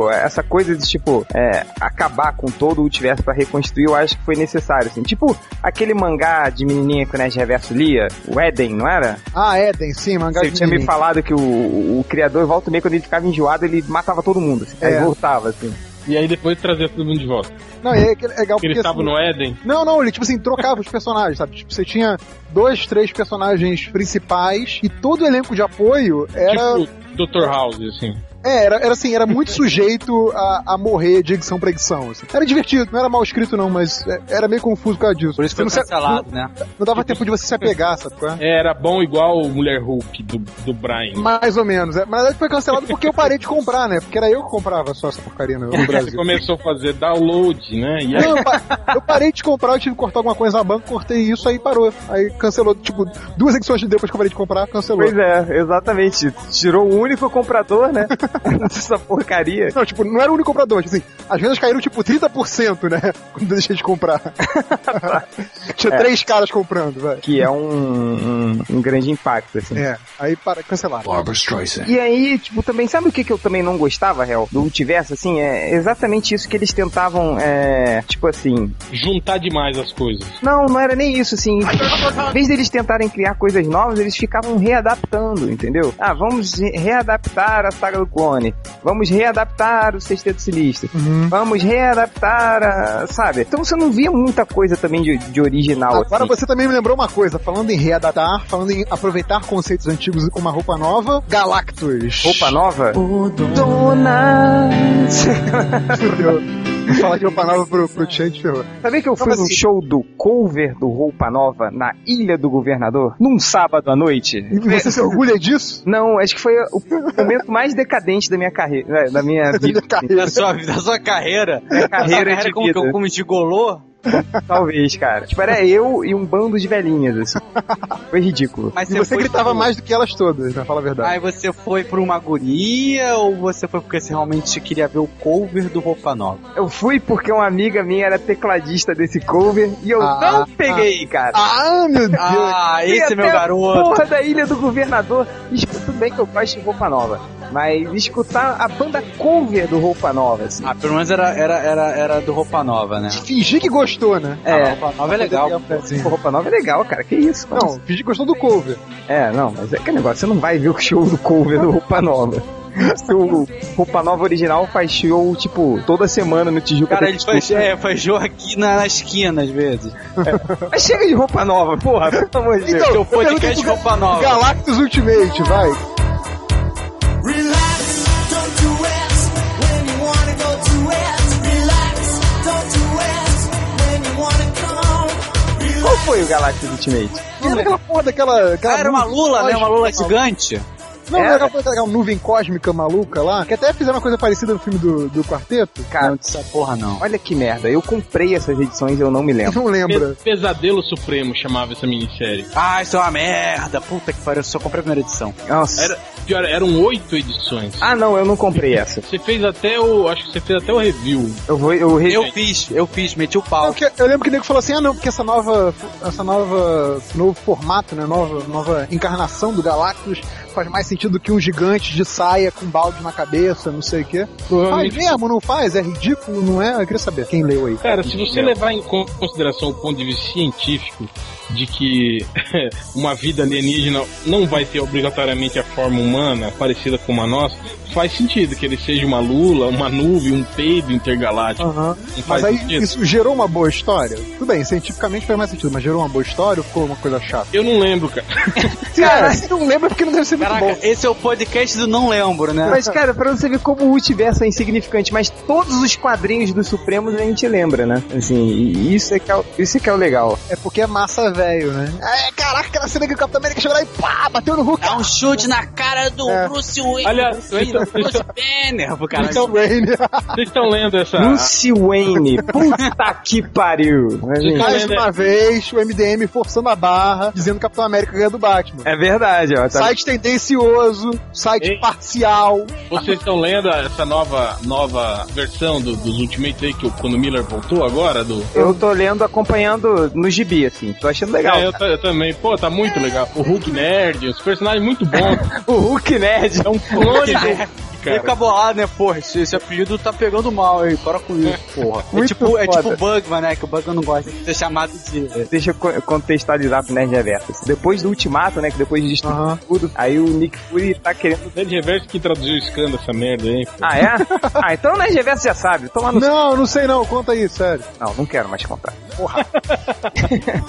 Speaker 4: o- essa coisa de, tipo, é, acabar com todo o multiverso pra reconstruir, eu acho que foi necessário, assim. Tipo, aquele mangá de menininha que o Nerd Reverso lia, o Eden, não era?
Speaker 3: Ah, Eden, sim, mangá
Speaker 4: Você
Speaker 3: de
Speaker 4: tinha me
Speaker 3: menininho.
Speaker 4: falado que o, o, o criador, volta e meia, quando ele ficava enjoado, ele matava todo mundo. assim. Aí
Speaker 3: É.
Speaker 4: voltava, assim.
Speaker 2: E aí depois trazia todo mundo de volta.
Speaker 3: Não, e é que é legal
Speaker 2: Porque eles
Speaker 3: porque
Speaker 2: estavam
Speaker 3: assim,
Speaker 2: no Éden.
Speaker 3: Não, não, ele tipo assim, trocava os personagens, sabe? Tipo, você tinha dois, três personagens principais e todo o elenco de apoio era.
Speaker 2: Tipo Dr. House, assim.
Speaker 3: É, era, era assim, era muito sujeito a, a morrer de edição pra edição. assim. Era divertido, não era mal escrito, não, mas é, era meio confuso por causa disso.
Speaker 1: Por isso que
Speaker 3: Você
Speaker 1: foi
Speaker 3: não, se-
Speaker 1: cancelado, né?
Speaker 3: não- não dava tempo de você se apegar, sabe? qual é?
Speaker 2: Era bom igual o Mulher Hulk do, do Brian.
Speaker 3: Mais ou menos. é. Mas na verdade foi cancelado porque eu parei de comprar, né? Porque era eu que comprava só essa porcaria no no
Speaker 2: É, Você
Speaker 3: Brasil.
Speaker 2: começou a fazer download, né? E aí
Speaker 3: Não, eu, pa- eu parei de comprar, eu tive que cortar alguma coisa na banca, cortei isso, aí parou. Aí cancelou, tipo, duas edições depois que eu parei de comprar, cancelou.
Speaker 4: Pois é, exatamente. Tirou o único um comprador, né? Essa porcaria.
Speaker 3: Não, tipo, não era o único comprador, tipo assim, as vendas caíram tipo 30%, né? Quando eu deixei de comprar. Tinha três caras comprando, velho.
Speaker 4: Que é um, um, um grande impacto, assim.
Speaker 3: É, aí para, cancelaram.
Speaker 5: Barbara Streisand.
Speaker 4: E aí, tipo, também, sabe o que, que eu também não gostava, Hel? Do multiverso, assim, é exatamente isso que eles tentavam, é, tipo assim,
Speaker 2: Juntar demais as coisas.
Speaker 4: não, não era nem isso, assim, em vez deles tentarem criar coisas novas, eles ficavam readaptando, entendeu? Ah, vamos re- readaptar a saga do clone, vamos readaptar o sexteto sinistro,
Speaker 3: Uhum.
Speaker 4: vamos readaptar a, sabe? Então você não via muita coisa também de, de original,
Speaker 3: Agora
Speaker 4: assim.
Speaker 3: você também me lembrou uma coisa, falando em readaptar, falando em aproveitar conceitos antigos com uma roupa nova, Galactus.
Speaker 4: Roupa nova?
Speaker 3: Uhum. nova. Falar de roupa nova pro, pro Chant, ferrou.
Speaker 4: Sabia que eu fui
Speaker 3: Como
Speaker 4: num
Speaker 3: assim?
Speaker 4: show do cover do Roupa Nova na Ilha do Governador? Num sábado à noite?
Speaker 3: E você se orgulha disso?
Speaker 4: Não, acho que foi o momento mais decadente da minha carreira, da minha vida. assim.
Speaker 1: Da sua, da sua carreira.
Speaker 4: Minha
Speaker 1: Da sua
Speaker 4: carreira de
Speaker 1: como,
Speaker 4: vida.
Speaker 1: como de golô.
Speaker 4: Talvez, cara. Tipo, era eu e um bando de velhinhas, assim. Foi ridículo.
Speaker 1: Mas
Speaker 3: E você
Speaker 1: foi
Speaker 3: gritava
Speaker 1: pro-
Speaker 3: mais do que elas todas, né? Fala a verdade.
Speaker 1: Aí você foi por uma guria ou você foi porque você realmente queria ver o cover do Roupa Nova?
Speaker 4: Eu fui porque uma amiga minha era tecladista desse cover e eu
Speaker 3: Ah,
Speaker 4: não peguei, cara.
Speaker 3: Ah, meu Deus!
Speaker 1: Ah,
Speaker 4: Fui
Speaker 1: esse é
Speaker 4: até
Speaker 1: meu
Speaker 4: a
Speaker 1: garoto.
Speaker 4: Porra da Ilha do Governador. Escuta, tudo bem que eu gosto de Roupa Nova, mas escutar a banda cover do Roupa Nova, assim.
Speaker 1: Ah, pelo menos era, era, era, era do Roupa Nova, né?
Speaker 3: Fingir que gostou, né?
Speaker 1: Ah,
Speaker 4: É,
Speaker 1: Roupa Nova é legal.
Speaker 3: Assim.
Speaker 4: Pô, roupa nova é legal, cara. Que isso?
Speaker 3: Não,
Speaker 4: Não.
Speaker 3: fingir que gostou do cover.
Speaker 4: É, não, mas é que negócio, você não vai ver o show do cover do Roupa Nova. Se o Roupa Nova original faz show, tipo, toda semana no Tijuca.
Speaker 1: Cara,
Speaker 4: da
Speaker 1: ele faz,
Speaker 4: Tijuca.
Speaker 1: é, faz jogo aqui na, na esquina, às vezes.
Speaker 4: Mas chega de roupa nova, porra, pelo amor de Deus.
Speaker 1: Seu podcast
Speaker 3: perguntei pro
Speaker 1: Roupa Nova.
Speaker 3: Galactus Ultimate, vai.
Speaker 1: Então,
Speaker 4: Qual foi o Galactic Ultimate?
Speaker 3: E era aquela porra daquela. aquela
Speaker 1: Ah, era uma
Speaker 3: nuvem
Speaker 1: lula, né?
Speaker 3: cósmica
Speaker 1: Uma lula
Speaker 3: maluca.
Speaker 1: gigante.
Speaker 3: Não,
Speaker 4: Era.
Speaker 3: era aquela, porra, aquela um nuvem cósmica maluca lá, que até fizeram uma coisa parecida no filme do, do quarteto.
Speaker 1: Não,
Speaker 4: Cara,
Speaker 1: dessa porra não.
Speaker 4: olha que merda. Eu comprei essas edições e eu não me lembro.
Speaker 3: Não lembra.
Speaker 2: Pe- Pesadelo Supremo chamava essa minissérie.
Speaker 1: Ah, isso é uma merda. Puta que pariu, eu só comprei a primeira edição.
Speaker 4: Nossa.
Speaker 2: Era- Pior, eram oito edições.
Speaker 4: Ah, não, eu não comprei essa.
Speaker 2: Você fez até o. Acho que você fez até o review.
Speaker 4: Eu vou. Eu, re-
Speaker 1: Eu fiz, eu fiz, meti o
Speaker 3: Não,
Speaker 1: pau.
Speaker 3: que- eu lembro que o nego falou assim: ah, não, porque essa nova. Essa nova. esse novo formato, né? Nova, nova encarnação do Galactus faz mais sentido do que um gigante de saia com balde na cabeça, não sei o quê. Faz
Speaker 2: Provavelmente.
Speaker 3: mesmo, não faz? É ridículo, não é? Eu queria saber. Quem leu aí?
Speaker 2: Cara, se você levar em con- consideração o ponto de vista científico de que uma vida alienígena não vai ter obrigatoriamente a forma humana parecida com a nossa, faz sentido que ele seja uma lula, uma nuvem, um peido intergaláctico.
Speaker 3: Aham.
Speaker 2: Não faz
Speaker 3: Mas aí
Speaker 2: sentido?
Speaker 3: isso gerou uma boa história? Tudo bem, cientificamente faz mais sentido, mas gerou uma boa história ou ficou uma coisa chata?
Speaker 2: Eu não lembro, cara.
Speaker 4: Cara,
Speaker 3: você não lembra é porque não deve ser muito
Speaker 1: Caraca, esse é o podcast do Não Lembro, né?
Speaker 4: Mas, cara, pra você ver como o multiverso é insignificante, mas todos os quadrinhos dos Supremos a gente lembra, né? Assim, e isso é que é o, isso é, que é o legal.
Speaker 3: É porque é massa velho, né? É, caraca, aquela cena que o Capitão América chegou lá e
Speaker 1: Ah,
Speaker 3: pá, bateu no Hulk.
Speaker 7: Dá um chute na cara do
Speaker 3: É.
Speaker 7: Bruce Wayne.
Speaker 2: Aliás,
Speaker 7: Bruce,
Speaker 2: então-
Speaker 7: Bruce Banner, pro cara.
Speaker 1: é
Speaker 3: Então, Wayne.
Speaker 2: Vocês estão lendo essa.
Speaker 4: Lucy Wayne, puta que pariu. Mas,
Speaker 2: Sim.
Speaker 4: gente,
Speaker 3: Mais uma vez, o MDM forçando a barra, dizendo que o Capitão América ganha do Batman.
Speaker 4: É verdade, ó. Tá...
Speaker 3: Site tendencioso, site
Speaker 2: Ei.
Speaker 3: parcial.
Speaker 2: Vocês estão lendo essa nova, nova versão do- dos Ultimate aí que o, quando o Miller voltou agora? Do...
Speaker 4: Eu tô lendo, acompanhando no gibi, assim. Tô achando legal.
Speaker 2: É, eu, ta- eu também. Pô, tá muito legal. O Hulk Nerd, os personagens muito bons.
Speaker 4: O Hulk Nerd.
Speaker 2: É um clone do Hulk,
Speaker 1: Ele
Speaker 2: cara.
Speaker 1: fica bolado, né? Porra, esse, esse apelido tá pegando mal aí, para com isso, porra. É
Speaker 4: Muito
Speaker 1: tipo, é
Speaker 4: foda.
Speaker 1: tipo Bugman, né? Que o Bugman não gosta de ser chamado de.
Speaker 4: tipo, Deixa eu co- contextualizar pro Nerd Reverso. Depois do Ultimato, né? Que depois de destruir tudo, aí o Nick Fury tá querendo.
Speaker 2: É de reverso que traduziu o escândalo essa merda aí. pô.
Speaker 4: Ah, é? ah, então o Nerd Reverso já sabe. Toma no.
Speaker 3: Não, não sei não, conta aí, sério.
Speaker 4: Não, não quero mais contar.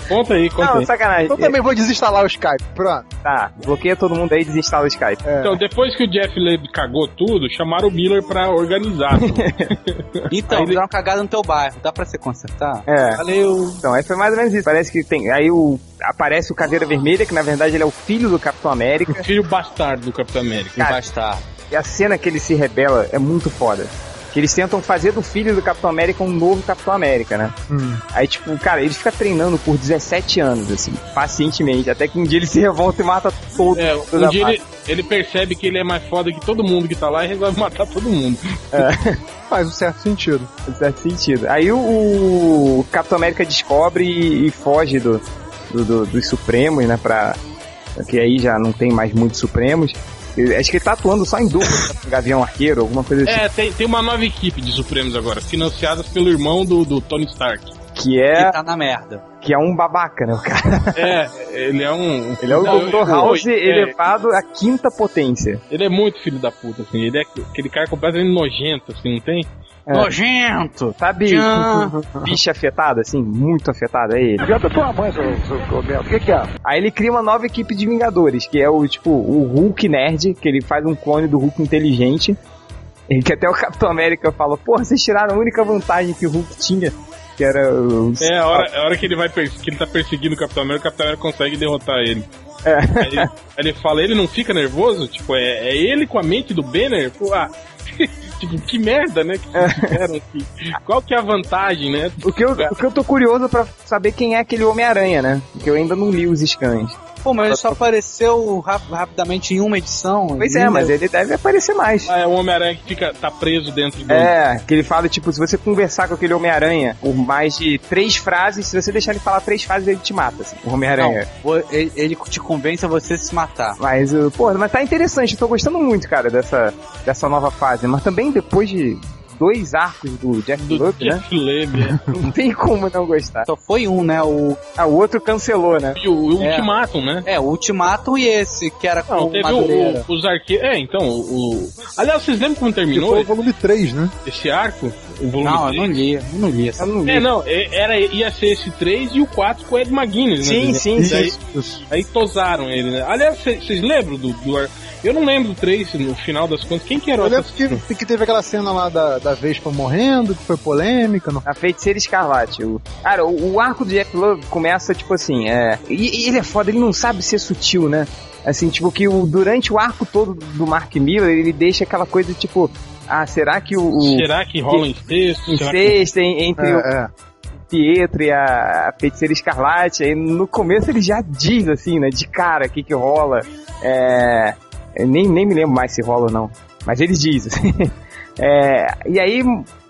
Speaker 2: Conta aí, conta
Speaker 4: Não, tá
Speaker 2: aí.
Speaker 4: sacanagem.
Speaker 3: Eu também vou desinstalar o Skype, pronto.
Speaker 4: Tá, bloqueia todo mundo aí e desinstala o Skype.
Speaker 3: É.
Speaker 2: Então, depois que o Jeff Leb cagou tudo, chamaram o Miller pra organizar.
Speaker 1: Então, dá uma cagada no teu bairro, dá pra se consertar?
Speaker 4: É.
Speaker 2: um
Speaker 1: Valeu.
Speaker 4: Então, aí foi mais ou menos isso. Parece que tem. Aí o. Aparece o Caveira Vermelha, que na verdade ele é o filho do Capitão América.
Speaker 2: filho bastardo do Capitão América.
Speaker 4: Cara,
Speaker 1: Bastar.
Speaker 4: E a cena que ele se rebela é muito foda. Que eles tentam fazer do filho do Capitão América um novo Capitão América, né? Aí, tipo, cara, ele fica treinando por 17 anos, assim, pacientemente, até que um dia ele se revolta e mata todo
Speaker 2: É,
Speaker 4: toda
Speaker 2: um
Speaker 4: a
Speaker 2: dia
Speaker 4: parte.
Speaker 2: ele, ele percebe que ele é mais foda que todo mundo que tá lá e resolve matar todo mundo.
Speaker 3: Faz um certo sentido.
Speaker 4: Em certo sentido. Aí o, o Capitão América descobre e, e foge do, do- do- dos Supremos, né? Pra, que aí já não tem mais muitos Supremos. Eu Acho que ele tá atuando só em dupla, né, Gavião Arqueiro, alguma coisa assim.
Speaker 2: É, tem, tem uma nova equipe de Supremos agora, financiada pelo irmão do, do Tony Stark.
Speaker 4: Que
Speaker 1: Ele
Speaker 4: é,
Speaker 1: tá na merda.
Speaker 4: que é um babaca, né? O cara.
Speaker 2: É, ele é um.
Speaker 4: Ele é o
Speaker 2: Não,
Speaker 4: Dr. House
Speaker 2: é,
Speaker 4: elevado à quinta potência.
Speaker 2: Ele é muito filho da puta, assim. Ele é aquele cara completamente nojento, assim, não tem?
Speaker 4: É.
Speaker 1: Nojento!
Speaker 4: Sabe,
Speaker 1: Tchan.
Speaker 4: bicho afetado, assim, muito afetado, é ele.
Speaker 5: Adianta tua mãe, seu, seu Roberto. O que, que é?
Speaker 4: Aí ele cria uma nova equipe de Vingadores, que é o tipo o Hulk Nerd, que ele faz um clone do Hulk inteligente. E que até o Capitão América fala, porra, vocês tiraram a única vantagem que o Hulk tinha, que era o.
Speaker 2: É, a hora, a hora que ele vai perse- que ele tá perseguindo o Capitão América, o Capitão América consegue derrotar ele.
Speaker 4: É.
Speaker 2: Aí ele, aí ele fala, ele não fica nervoso? Tipo, é, é ele com a mente do Banner? Pô, ah, tipo, que merda, né? Que
Speaker 4: É.
Speaker 2: vocês fizeram aqui. Qual que é a vantagem, né?
Speaker 4: O que, eu, o que eu tô curioso pra saber quem é aquele Homem-Aranha, né? Porque eu ainda não li os scans.
Speaker 1: Pô, mas ele só apareceu ra- rapidamente em uma edição.
Speaker 4: Pois é, mas ele deve aparecer mais.
Speaker 2: Ah, é o Homem-Aranha que fica, tá preso dentro do.
Speaker 4: É, que ele fala, tipo, se você conversar com aquele Homem-Aranha por mais de três frases, se você deixar ele falar três frases, ele te mata, assim, o
Speaker 1: Não,
Speaker 4: Homem-Aranha.
Speaker 1: vo- ele, ele te convence a você se matar.
Speaker 4: Mas, uh, pô, mas tá interessante, eu tô gostando muito, cara, dessa, dessa nova fase. Mas também depois de dois arcos do Jack
Speaker 2: Do
Speaker 4: Luke, né?
Speaker 2: Jeff é. Lemire.
Speaker 4: Não tem como não gostar.
Speaker 1: Só foi um, né? O,
Speaker 4: Ah, o outro cancelou, né?
Speaker 2: E o, o
Speaker 1: É.
Speaker 2: Ultimatum, né?
Speaker 1: é, o Ultimatum e esse, que era com
Speaker 2: Não,
Speaker 1: o
Speaker 2: teve um o-
Speaker 1: Madureira.
Speaker 2: o- os arqueiros. É, então, o, o- Aliás, vocês lembram como
Speaker 3: Que
Speaker 2: terminou
Speaker 3: foi o volume 3, né?
Speaker 2: esse arco? O volume
Speaker 1: Não, eu
Speaker 2: três?
Speaker 1: não li, eu não li essa.
Speaker 4: Eu não
Speaker 2: É,
Speaker 4: vi.
Speaker 2: não, é, era, ia ser esse 3 e o 4 com o Ed McGuinness, né?
Speaker 4: Sim, sim,
Speaker 2: Aí,
Speaker 4: sim.
Speaker 3: Isso.
Speaker 2: aí tosaram ele, né? Aliás, cê- vocês lembram do, do ar- Eu não lembro do 3, no final das contas. Quem que era o
Speaker 3: Eu lembro
Speaker 2: assassino?
Speaker 3: que, que teve aquela cena lá da, da Vespa morrendo, que foi polêmica. Não...
Speaker 4: A feiticeira escarlate. O... Cara, o, o arco do Jack Love começa, tipo assim, é. E, e ele é foda, ele não sabe ser sutil, né? Assim, tipo, que o, durante o arco todo do Mark Miller, ele deixa aquela coisa, tipo, ah, será que o. o...
Speaker 2: Será que rola em sexto?
Speaker 4: Em
Speaker 2: Será
Speaker 4: sexta, em- entre o
Speaker 3: É, é.
Speaker 4: Pietro e a feiticeira escarlate, aí no começo ele já diz assim, né, de cara, o que que rola. É, eu nem, nem me lembro mais se rola ou não, mas ele diz. assim. É, e aí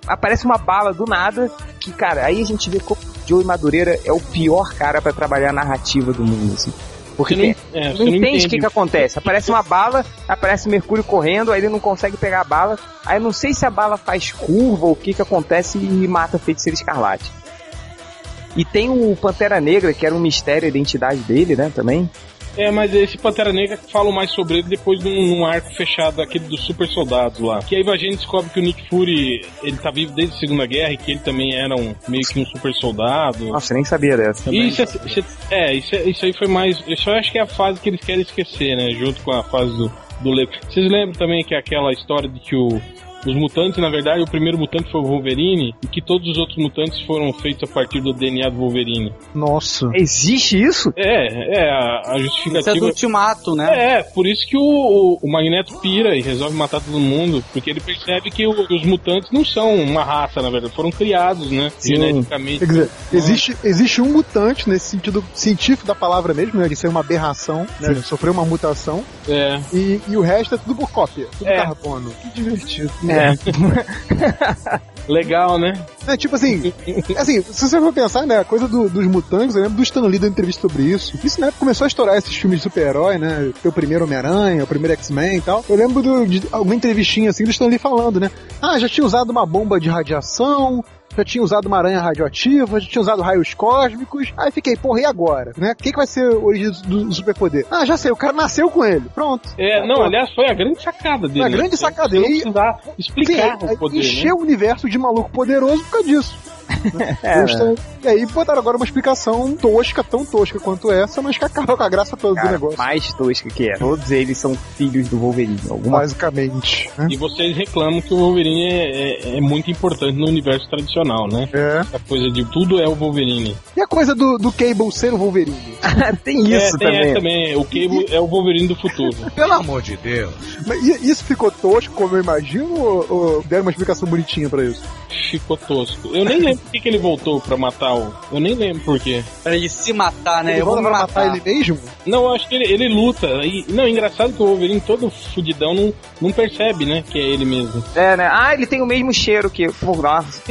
Speaker 4: aparece uma bala do nada, que cara, aí a gente vê como o Joey Madureira é o pior cara pra trabalhar a narrativa do mundo, assim. Porque
Speaker 2: que...
Speaker 4: tem-
Speaker 2: não, é,
Speaker 4: não entende o que, que acontece. Aparece uma bala, aparece o Mercúrio correndo, aí ele não consegue pegar a bala. Aí eu não sei se a bala faz curva ou o que, que acontece e mata o feiticeiro escarlate. E tem o Pantera Negra, que era um mistério a identidade dele, né, também.
Speaker 2: É, mas esse Pantera Negra falam mais sobre ele depois num, num um arco fechado, aquele dos super soldados lá. Que aí a gente descobre que o Nick Fury, ele tá vivo desde a Segunda Guerra e que ele também era um, meio que um super
Speaker 1: Ah,
Speaker 2: soldado.
Speaker 4: Nossa, nem sabia dessa.
Speaker 2: E Isso, é- isso é- é, isso, é- isso aí foi mais. Isso eu acho que é a fase que eles querem esquecer, né? Junto com a fase do, do Lego. Vocês lembram também que é aquela história de que o- os mutantes, na verdade, o primeiro mutante foi o Wolverine e que todos os outros mutantes foram feitos a partir do DNA do Wolverine.
Speaker 3: Nossa.
Speaker 4: Existe isso?
Speaker 2: É, é, a, a
Speaker 1: Isso é do
Speaker 2: justificativa.
Speaker 1: Ultimato, né?
Speaker 2: É, por isso que o, o- o Magneto pira e resolve matar todo mundo, porque ele percebe que o- os mutantes não são uma raça, na verdade, foram criados, né?
Speaker 4: Sim.
Speaker 2: Geneticamente.
Speaker 3: Quer dizer, existe, existe um mutante nesse sentido científico da palavra mesmo, né? De ser uma aberração, né? de sofrer uma mutação,
Speaker 2: É.
Speaker 3: e, e o resto é tudo por cópia, tudo
Speaker 2: É.
Speaker 3: carbono. Que divertido.
Speaker 4: É.
Speaker 2: Legal, né?
Speaker 3: É, tipo assim, assim, se você for pensar, né, a coisa do- dos mutantes, eu lembro do Stan Lee dando entrevista sobre isso. Isso na época começou a estourar esses filmes de super-herói, né? Tem o primeiro Homem-Aranha, o primeiro X-Men e tal. Eu lembro do- de alguma entrevistinha assim do Stan Lee falando, né? Ah, já tinha usado uma bomba de radiação. Já tinha usado uma aranha radioativa, já tinha usado raios cósmicos. Aí fiquei, porra, e agora? Né? O que, que vai ser a origem do do superpoder? Ah, já sei, o cara nasceu com ele. Pronto.
Speaker 2: É, não, aliás, foi a grande sacada dele.
Speaker 3: Foi a
Speaker 2: né?
Speaker 3: grande
Speaker 2: Você
Speaker 3: sacada
Speaker 2: Não
Speaker 3: dele.
Speaker 2: precisar
Speaker 3: Sim, é
Speaker 2: explicar
Speaker 3: aí-
Speaker 2: o
Speaker 3: aí
Speaker 2: poder. né?
Speaker 3: encheu o universo de maluco poderoso por causa disso.
Speaker 4: É,
Speaker 3: Eles tão- E aí botaram agora uma explicação tosca, tão tosca quanto essa, mas que acaba com a graça toda do
Speaker 4: Cara,
Speaker 3: negócio.
Speaker 4: mais tosca que é. Todos eles são filhos do Wolverine. Alguma
Speaker 3: Basicamente. né?
Speaker 2: E vocês reclamam que o Wolverine é, é- é muito importante no universo tradicional, né?
Speaker 3: É.
Speaker 2: A coisa de tudo é o Wolverine.
Speaker 3: E a coisa do, do Cable ser o Wolverine?
Speaker 4: tem isso
Speaker 2: é, tem
Speaker 4: também.
Speaker 2: essa também. O Cable é o Wolverine do futuro.
Speaker 6: Pelo amor de Deus.
Speaker 3: Mas i- Isso ficou tosco, como eu imagino, ou, ou deram uma explicação bonitinha pra isso?
Speaker 2: Ficou tosco. Eu nem lembro por que que ele voltou pra matar o. Eu nem lembro por quê.
Speaker 1: Pra ele se matar, né?
Speaker 3: ele
Speaker 1: Eu vou
Speaker 3: volta
Speaker 1: me
Speaker 3: pra
Speaker 1: matar.
Speaker 3: matar ele mesmo?
Speaker 2: Não, eu acho que ele, ele luta. E, não, é engraçado que o Wolverine todo fudidão não, não percebe, né? Que é ele mesmo.
Speaker 4: É, né? Ah, ele tem o mesmo cheiro que. Pô, nossa.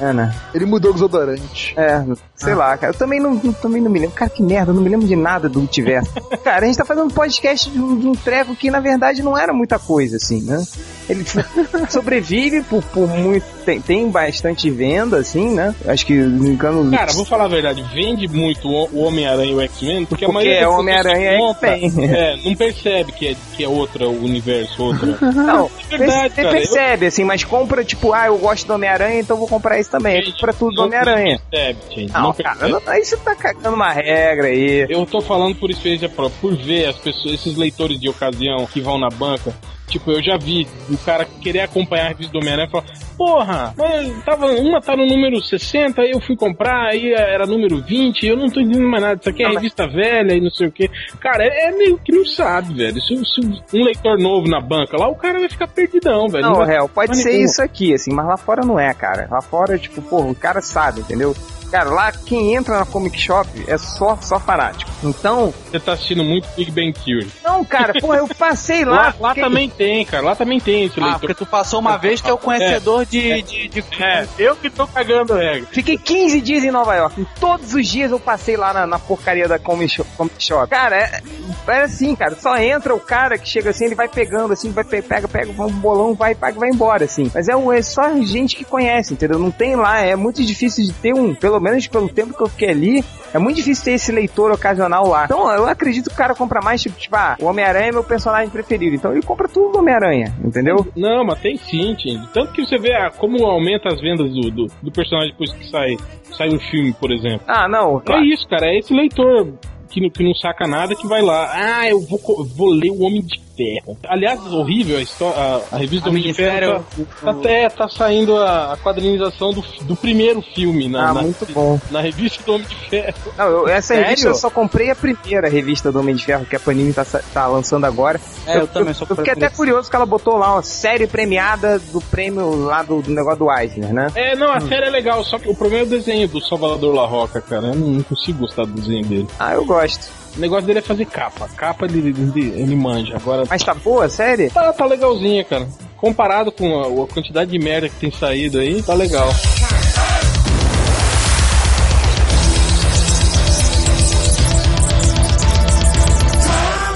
Speaker 4: é, né?
Speaker 3: Ele mudou o desodorante.
Speaker 4: É,
Speaker 2: Ah.
Speaker 4: sei lá, cara. Eu também não, não- também não me lembro. Cara, que merda, eu não me lembro de nada do multiverso. cara, a gente tá fazendo um podcast de um, de um treco que, na verdade, não era muita coisa, assim, né? Ele sobrevive por, por muito. Tem, tem bastante venda, assim, né? Acho que, não me engano.
Speaker 2: Cara, vou falar a verdade. Vende muito o o Homem-Aranha e o X-Men, porque, a
Speaker 4: Porque
Speaker 2: maioria
Speaker 4: é
Speaker 2: das pessoas
Speaker 4: Homem-Aranha
Speaker 2: que
Speaker 4: e
Speaker 2: compra,
Speaker 4: X-Men.
Speaker 2: É, não percebe que é, que é outra, o universo, outra.
Speaker 4: não,
Speaker 2: É verdade,
Speaker 4: você
Speaker 2: cara.
Speaker 4: percebe, assim, mas compra, tipo, ah, eu gosto do Homem-Aranha, então vou comprar isso também. Aí Compra tudo do
Speaker 2: Não
Speaker 4: Homem-Aranha.
Speaker 2: percebe, gente.
Speaker 4: Não,
Speaker 2: não
Speaker 4: cara,
Speaker 2: percebe.
Speaker 4: não, aí você tá cagando uma regra aí.
Speaker 2: Eu tô falando por experiência própria, por ver as pessoas, esses leitores de ocasião que vão na banca. Tipo, eu já vi o cara querer acompanhar a revista do Homem-Aranha e falar: Porra, mas tava, uma tá no número 60, aí eu fui comprar, aí era número 20, eu não tô entendendo mais nada. Isso aqui é
Speaker 4: Não, mas-
Speaker 2: revista velha e não sei o quê. Cara, é, é meio que não sabe, velho. Se, se um leitor novo na banca lá, o cara vai ficar perdidão, velho.
Speaker 4: Não, é
Speaker 2: vai-
Speaker 4: réu, pode
Speaker 2: Mas
Speaker 4: ser
Speaker 2: nenhum.
Speaker 4: isso aqui, assim, mas lá fora não é, cara. Lá fora, tipo, porra, o cara sabe, entendeu? Cara, lá quem entra na Comic Shop é só, só fanático. Então,
Speaker 2: Você tá assistindo muito Big Bang Theory.
Speaker 4: não, cara, porra, eu passei lá.
Speaker 2: Lá, lá
Speaker 4: fiquei-
Speaker 2: também tem, cara. Lá também tem esse
Speaker 1: Ah,
Speaker 2: leitor.
Speaker 1: porque tu passou uma vez, tu é o conhecedor de, de, de-
Speaker 2: É, eu que tô cagando regra.
Speaker 4: Fiquei 15 dias em Nova York. E todos os dias eu passei lá na, na porcaria da Comic Shop. Comic Shop. Cara, é, é assim, cara. Só entra o cara que chega assim, ele vai pegando, assim, vai, pe- pega, pega, vai um bolão, vai, paga, vai embora, assim. Mas é, um- é só gente que conhece, entendeu? Não tem lá. É muito difícil de ter um, pelo menos pelo tempo que eu fiquei ali, é muito difícil ter esse leitor ocasional lá. Então, eu acredito que o cara compra mais, tipo, tipo ah, o Homem-Aranha é meu personagem preferido. Então, ele compra tudo do Homem-Aranha, entendeu?
Speaker 2: Não, mas tem sim, Tim. Tanto que você vê ah, como aumenta as vendas do, do, do personagem depois que sai, sai um filme, por exemplo.
Speaker 4: Ah, não, claro.
Speaker 2: É isso, cara. É esse leitor que, não- que não saca nada que vai lá. Ah, eu vou, co- vou ler o Homem de Ferro. Aliás, é horrível a, histó- a, a revista do Homem de Ferro. Tá, tá até tá saindo a, a quadrinização do, do primeiro filme na,
Speaker 4: Ah,
Speaker 2: na,
Speaker 4: muito bom.
Speaker 2: na revista do Homem de Ferro.
Speaker 4: Não, eu- essa
Speaker 1: Sério?
Speaker 4: revista eu só comprei a primeira revista do Homem de Ferro que a Panini tá, sa- tá lançando agora.
Speaker 1: É, eu também sou
Speaker 4: Eu fiquei até curioso que ela botou lá uma série premiada do prêmio lá do, do negócio do Eisner, né?
Speaker 2: É, não, a série é legal, só que o problema é o desenho do Salvador La Roca, cara. Eu não consigo gostar do desenho dele.
Speaker 4: Ah, eu gosto.
Speaker 2: O negócio dele é fazer capa. Capa ele, ele, ele manja. Agora
Speaker 4: Mas tá boa a série?
Speaker 2: tá, tá legalzinha, cara. Comparado com a, a quantidade de merda que tem saído aí, tá legal.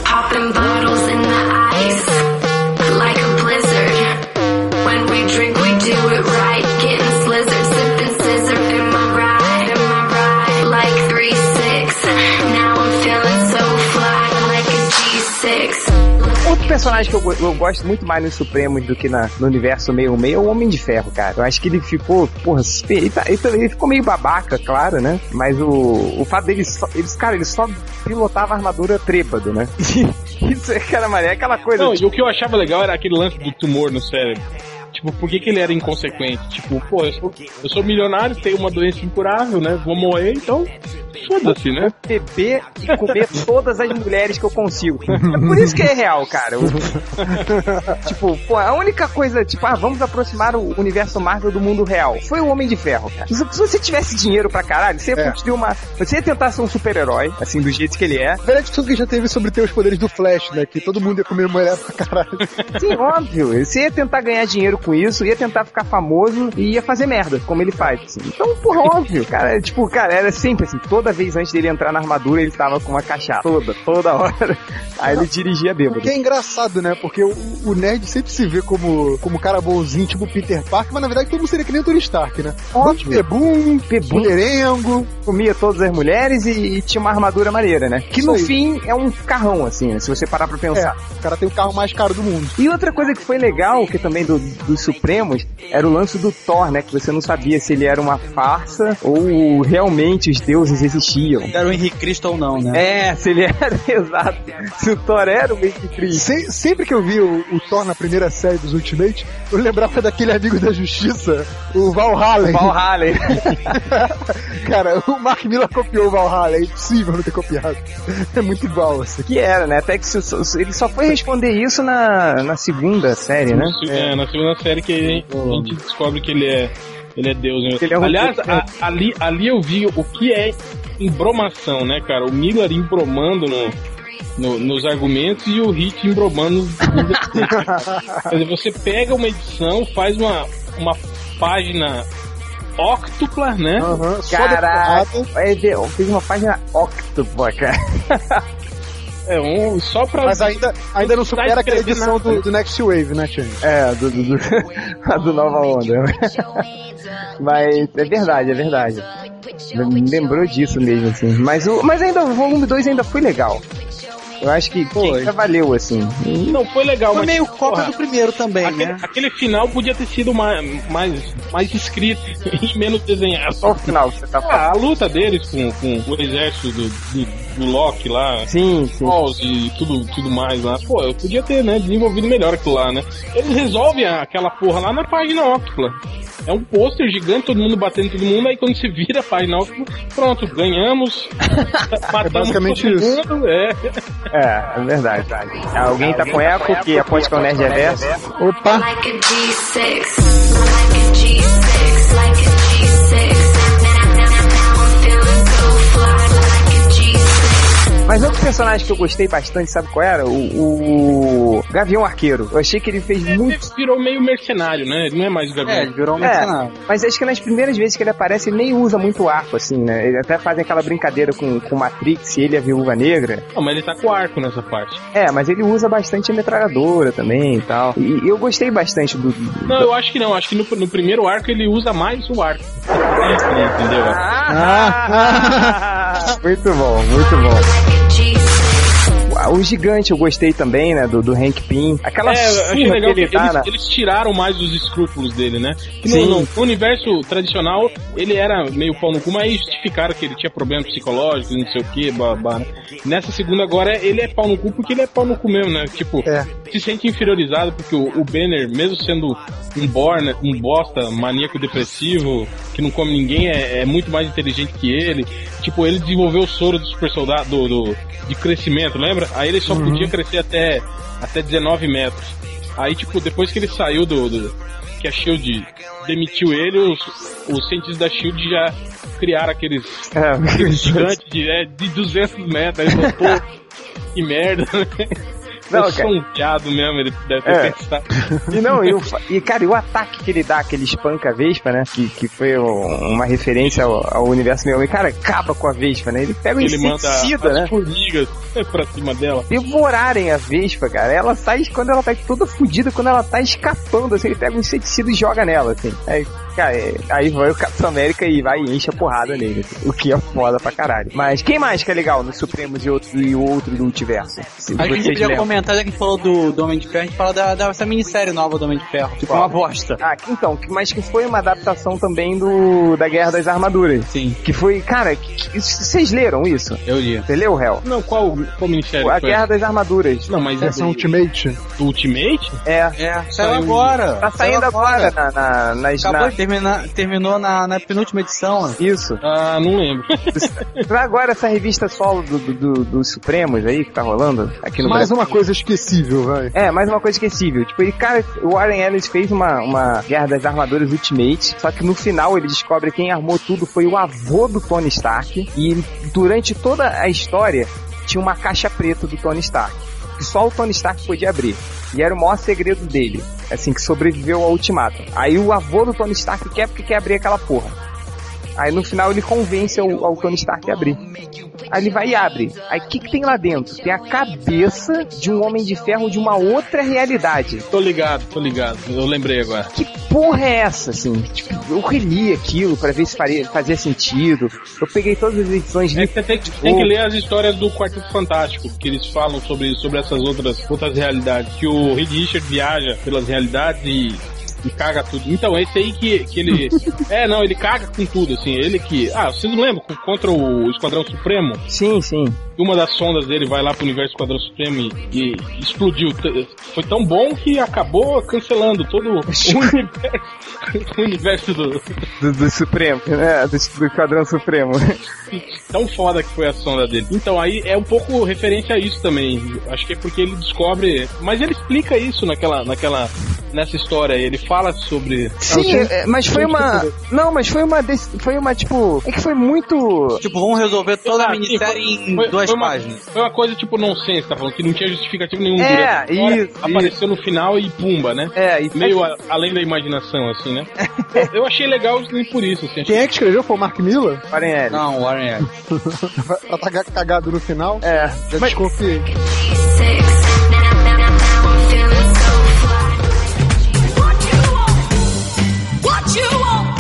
Speaker 8: Popping bottles in the ice like a blizzard. When we drink, we do it right. Getting slizzard, sipping scissor in my ride, in my ride. Like 3 6. Now I'm feeling so fly like a G6.
Speaker 4: Outro personagem que eu, go- eu gosto muito mais nos Supremos do que na, no universo meio meio é o Homem de Ferro, cara. Eu acho que ele ficou, porra, super- ele, tá- ele tá- ele ficou meio babaca, claro, né? Mas o, o fato dele só, eles, cara, ele só pilotava a armadura trêbado, né? Isso é, cara, mané, é aquela coisa.
Speaker 2: Não, e o que eu achava legal era aquele lance do tumor no cérebro. Tipo, por que, que ele era inconsequente? Tipo, pô, eu sou, eu sou milionário, tenho uma doença incurável, né? Vou morrer, então foda-se, né?
Speaker 4: beber e comer todas as mulheres que eu consigo. É por isso que é real, cara. O- tipo, pô, a única coisa, tipo, ah, vamos aproximar o universo Marvel do mundo real. Foi o Homem de Ferro, cara. Se, se você tivesse dinheiro pra caralho, você ia
Speaker 3: É.
Speaker 4: construir uma. Você ia tentar ser um super-herói, assim, do jeito que ele é.
Speaker 3: A velha discussão que já teve sobre ter os poderes do Flash, né? Que todo mundo ia comer mulher pra caralho.
Speaker 4: Sim, óbvio. Você ia tentar ganhar dinheiro com isso, ia tentar ficar famoso e ia fazer merda, como ele faz. assim. Então, porra, óbvio, cara. É, Tipo, cara, era sempre assim, toda vez antes dele entrar na armadura, ele tava com uma cachaça toda, toda hora. Aí ele dirigia
Speaker 3: O
Speaker 4: bêbado.
Speaker 3: que é engraçado, né? Porque o, o nerd sempre se vê como, como cara bonzinho, tipo Peter Parker, mas na verdade todo mundo seria que nem o Tony Stark, né?
Speaker 4: Óbvio.
Speaker 3: Pebum,
Speaker 4: Pebum.
Speaker 3: mulherengo.
Speaker 4: Comia todas as mulheres e, e tinha uma armadura maneira, né? Que
Speaker 3: Isso
Speaker 4: no
Speaker 3: aí.
Speaker 4: fim é um carrão, assim, né? Se você parar pra
Speaker 3: É,
Speaker 4: pensar.
Speaker 3: o cara tem o carro mais caro do mundo.
Speaker 4: E outra coisa que foi legal, que também do, dos Supremos, era o lance do Thor, né? Que você não sabia se ele era uma farsa ou realmente os deuses
Speaker 3: É.
Speaker 4: existiam.
Speaker 1: Era o Henrique Cristo ou não, né?
Speaker 4: É, se ele era, exato. Se o Thor era o meio Cristo.
Speaker 3: Se- sempre que eu vi o, o Thor na primeira série dos Ultimate, eu lembrava daquele amigo da justiça, o Valhalla.
Speaker 4: Valhalla.
Speaker 3: Cara, o Mark Miller copiou o Valhalla, é impossível não ter copiado. É muito igual, assim.
Speaker 4: Que era, né? Até que se- se- ele só foi responder isso na, na segunda série, né?
Speaker 2: Na se- é, na segunda série que a gente descobre que ele é, ele é Deus. Né?
Speaker 4: Ele é um
Speaker 2: Aliás,
Speaker 4: robô.
Speaker 2: a- ali, ali eu vi o que é embromação, né, cara? O Miller embromando no, no- nos argumentos e o Hit embromando. no- Quer dizer, você pega uma edição, faz uma, uma página octupla, né?
Speaker 3: Aham, só
Speaker 4: Caraca.
Speaker 3: decorado.
Speaker 4: É, eu fiz uma página octupla, cara.
Speaker 2: É um, só pra.
Speaker 3: Mas ainda, ainda
Speaker 4: Tá
Speaker 3: não supera aquela
Speaker 2: escrevendo
Speaker 3: edição
Speaker 2: nada.
Speaker 3: do, do Next Wave, né, Tim?
Speaker 4: É, do, do, do, a do Nova Onda. Mas é verdade, é verdade. Me lembrou disso mesmo, assim. Mas, o, mas ainda o volume 2 ainda foi legal. Eu acho que, pô, ainda valeu, assim.
Speaker 2: Não, foi legal,
Speaker 1: Foi
Speaker 2: mas.
Speaker 1: meio cópia
Speaker 2: porra,
Speaker 1: do primeiro também,
Speaker 2: Aquele,
Speaker 1: né?
Speaker 2: aquele final podia ter sido mais, mais, mais escrito e menos desenhado.
Speaker 4: Só o final que você tá falando.
Speaker 2: Ah, a luta deles com, com o exército do, do, do Loki lá,
Speaker 4: Sim, sim.
Speaker 2: Trolls e tudo, tudo mais lá. Pô, eu podia ter né, desenvolvido melhor aquilo lá, né? Eles resolvem a- aquela porra lá na página óptula. É um pôster gigante, todo mundo batendo em todo mundo, aí quando se vira a página óptula, pronto, ganhamos. matamos
Speaker 3: basicamente
Speaker 2: todo
Speaker 3: isso.
Speaker 2: mundo, é.
Speaker 4: É, é verdade. Alguém tá com eco que aponte que é o Nerd Reverso?
Speaker 3: Opa!
Speaker 8: Like a G6. Like a G6. Like a G6. Now, now, now, now I'm feeling so fly. Like a G6.
Speaker 4: Mas outro personagem que eu gostei bastante, sabe qual era? O, o Gavião Arqueiro. Eu achei que ele fez
Speaker 2: Ele
Speaker 4: muito.
Speaker 2: virou meio mercenário, né? Ele não é mais o
Speaker 1: É,
Speaker 2: Gabriel.
Speaker 1: ele virou um
Speaker 4: É,
Speaker 1: mercenário.
Speaker 4: mas acho que nas primeiras vezes que ele aparece, ele nem usa muito arco, assim, né? Ele até faz aquela brincadeira com, com Matrix e ele é a viúva negra.
Speaker 2: Não, mas ele tá com arco nessa parte.
Speaker 4: É, mas ele usa bastante a metralhadora também e tal. E e eu gostei bastante do.
Speaker 2: Não, eu acho que não. Acho que no, no primeiro arco ele usa mais o arco. Entendeu?
Speaker 4: Ah! muito bom, muito bom.
Speaker 8: Like a G6.
Speaker 4: Ah, O gigante eu gostei também, né? Do, do Hank Pym. Aquela
Speaker 2: É, eu achei
Speaker 4: surra
Speaker 2: legal que
Speaker 4: que ele dá na-
Speaker 2: eles, eles tiraram mais os escrúpulos dele, né? Que
Speaker 4: Sim.
Speaker 2: no, no universo tradicional, ele era meio pau no cu, mas justificaram que ele tinha problemas psicológicos, não sei o que, babá. Nessa segunda agora, ele é pau no cu porque ele é pau no cu mesmo, né? Tipo,
Speaker 3: É.
Speaker 2: se sente inferiorizado porque o, o Banner, mesmo sendo um borna, um bosta, maníaco depressivo, que não come ninguém, é, é muito mais inteligente que ele. Tipo, ele desenvolveu o soro do super soldado do, do- de crescimento, lembra? Aí ele só podia crescer até, até 19 metros. Aí, tipo, depois que ele saiu do. do- que a Shield demitiu ele, os, os cientistas da Shield já criaram aqueles
Speaker 4: É,
Speaker 2: gigantes de, é, de 200 metros. Aí ele falou, pô, que merda, né?
Speaker 4: Não,
Speaker 2: eu
Speaker 4: cara.
Speaker 2: sou um piado mesmo, ele deve ter
Speaker 4: É.
Speaker 2: pensado.
Speaker 4: E não, e, o fa- e, cara, e o ataque que ele dá, aquele espanca a Vespa, né? Que, que foi o- uma referência ao, ao universo meu. E, cara, acaba com a Vespa, né? Ele pega o
Speaker 2: Ele manda
Speaker 4: inseticida,
Speaker 2: as
Speaker 4: né?
Speaker 2: formigas é pra cima dela.
Speaker 4: Devorarem a Vespa, cara. Ela sai quando ela tá toda fodida, quando ela tá escapando, assim, ele pega um inseticida e joga nela, assim. Aí, cara, é- aí vai o Capitão América e vai e enche a porrada nele. assim, o que é foda pra caralho. Mas quem mais que é legal no Supremos e outro, e outro do multiverso? Se
Speaker 1: A gente
Speaker 4: vocês
Speaker 1: podia
Speaker 4: lembram.
Speaker 1: comentar, já que a gente falou do, do Homem de Ferro, a gente fala da, dessa minissérie nova do Homem de Ferro, que foi uma bosta.
Speaker 4: Ah, que- então, que- mas que foi uma adaptação também do da Guerra das Armaduras.
Speaker 1: Sim,
Speaker 4: Que foi, cara, que- que- isso- vocês leram isso?
Speaker 1: eu li.
Speaker 4: Você leu, réu?
Speaker 2: Não, qual, qual ministério?
Speaker 4: A
Speaker 2: foi?
Speaker 4: Guerra das Armaduras.
Speaker 2: Não, mas
Speaker 3: Essa é um
Speaker 2: do,
Speaker 3: Ultimate.
Speaker 2: do Ultimate?
Speaker 4: É.
Speaker 1: É, saiu agora.
Speaker 4: Tá
Speaker 1: saiu
Speaker 4: saindo agora na, na, nas-
Speaker 1: é Acabou
Speaker 4: na-
Speaker 1: de terminar, terminou na, na penúltima edição. né?
Speaker 4: Isso. Tá
Speaker 2: Ah, não lembro.
Speaker 4: Agora essa revista solo do, do, do- dos Supremos aí que tá rolando aqui no
Speaker 3: Mais
Speaker 4: Brasil.
Speaker 3: uma coisa esquecível, vai.
Speaker 4: É, mais uma coisa esquecível. Tipo, ele, cara, o Warren Ellis fez uma, uma Guerra das Armaduras Ultimate, só que no final ele descobre quem armou tudo foi o avô do Tony Stark, e durante toda a história tinha uma caixa preta do Tony Stark, que só o Tony Stark podia abrir, e era o maior segredo dele, assim, que sobreviveu ao Ultimato. Aí o avô do Tony Stark quer porque quer abrir aquela porra. Aí no final ele convence ao, ao Tony Stark a abrir. Aí ele vai e abre. Aí o que, que tem lá dentro? Tem a cabeça de um homem de ferro de uma outra realidade.
Speaker 2: Tô ligado, tô ligado. Eu lembrei agora.
Speaker 4: Que porra é essa, assim? Tipo, eu reli aquilo pra ver se faria, fazia sentido. Eu peguei todas as edições
Speaker 2: É
Speaker 4: de
Speaker 2: que você tem, que- tem que ler as histórias do Quarteto Fantástico, que eles falam sobre, sobre essas outras, outras realidades, que o Reed Richard viaja pelas realidades e, e caga tudo. Então, é esse aí que, que ele. é, não, ele caga com tudo, assim. Ele que. Ah, vocês não lembram? Co- Contra o Esquadrão Supremo,
Speaker 4: Sim, sim.
Speaker 2: uma das sondas dele vai lá pro universo Esquadrão Supremo e, e explodiu. T- Foi tão bom que acabou cancelando todo o universo, o universo do.
Speaker 4: Do, do Supremo, né? Do, do Esquadrão Supremo.
Speaker 2: tão foda que foi a sonda dele. Então aí é um pouco referente a isso também. Acho que é porque ele descobre, mas ele explica isso naquela naquela nessa história. aí. Ele fala sobre
Speaker 4: Sim, é, é, mas foi uma. Não, mas foi uma. des- Foi uma, tipo. É que foi muito.
Speaker 1: Tipo, vamos resolver toda a
Speaker 2: Ah,
Speaker 1: minissérie em
Speaker 2: foi-
Speaker 1: duas
Speaker 2: foi uma-
Speaker 1: páginas.
Speaker 2: foi uma coisa tipo nonsense, tá falando que não tinha justificativo nenhum.
Speaker 4: É,
Speaker 2: durante a história.
Speaker 4: isso,
Speaker 2: apareceu no final e pumba, né?
Speaker 4: É, e
Speaker 2: Meio a- além da imaginação, assim, né? Eu achei legal nem por isso, assim.
Speaker 3: Quem é que escreveu foi o Mark Miller?
Speaker 4: Paranelli.
Speaker 1: Não, Warren Ellis.
Speaker 3: Pra tá cagado no final.
Speaker 4: É,
Speaker 3: Já
Speaker 4: mas,
Speaker 3: desconfiei.
Speaker 8: Six. Now, now, now, now I'm feeling so fly. What you want? What you want?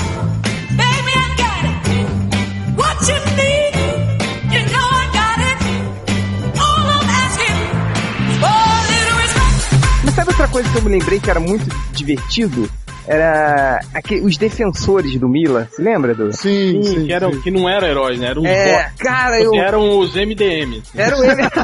Speaker 8: Baby, I got it. What you need? You know I got it. All I'm asking is for a little respect.
Speaker 4: mas sabe outra coisa que eu me lembrei que era muito divertido? Era aquele, os defensores do Mila, se lembra do?
Speaker 3: Sim, sim.
Speaker 2: que, eram,
Speaker 3: sim.
Speaker 2: que não eram heróis, né? Eram os,
Speaker 4: É, cara, eu.
Speaker 2: bots, eram os MDM.
Speaker 4: Eram eles.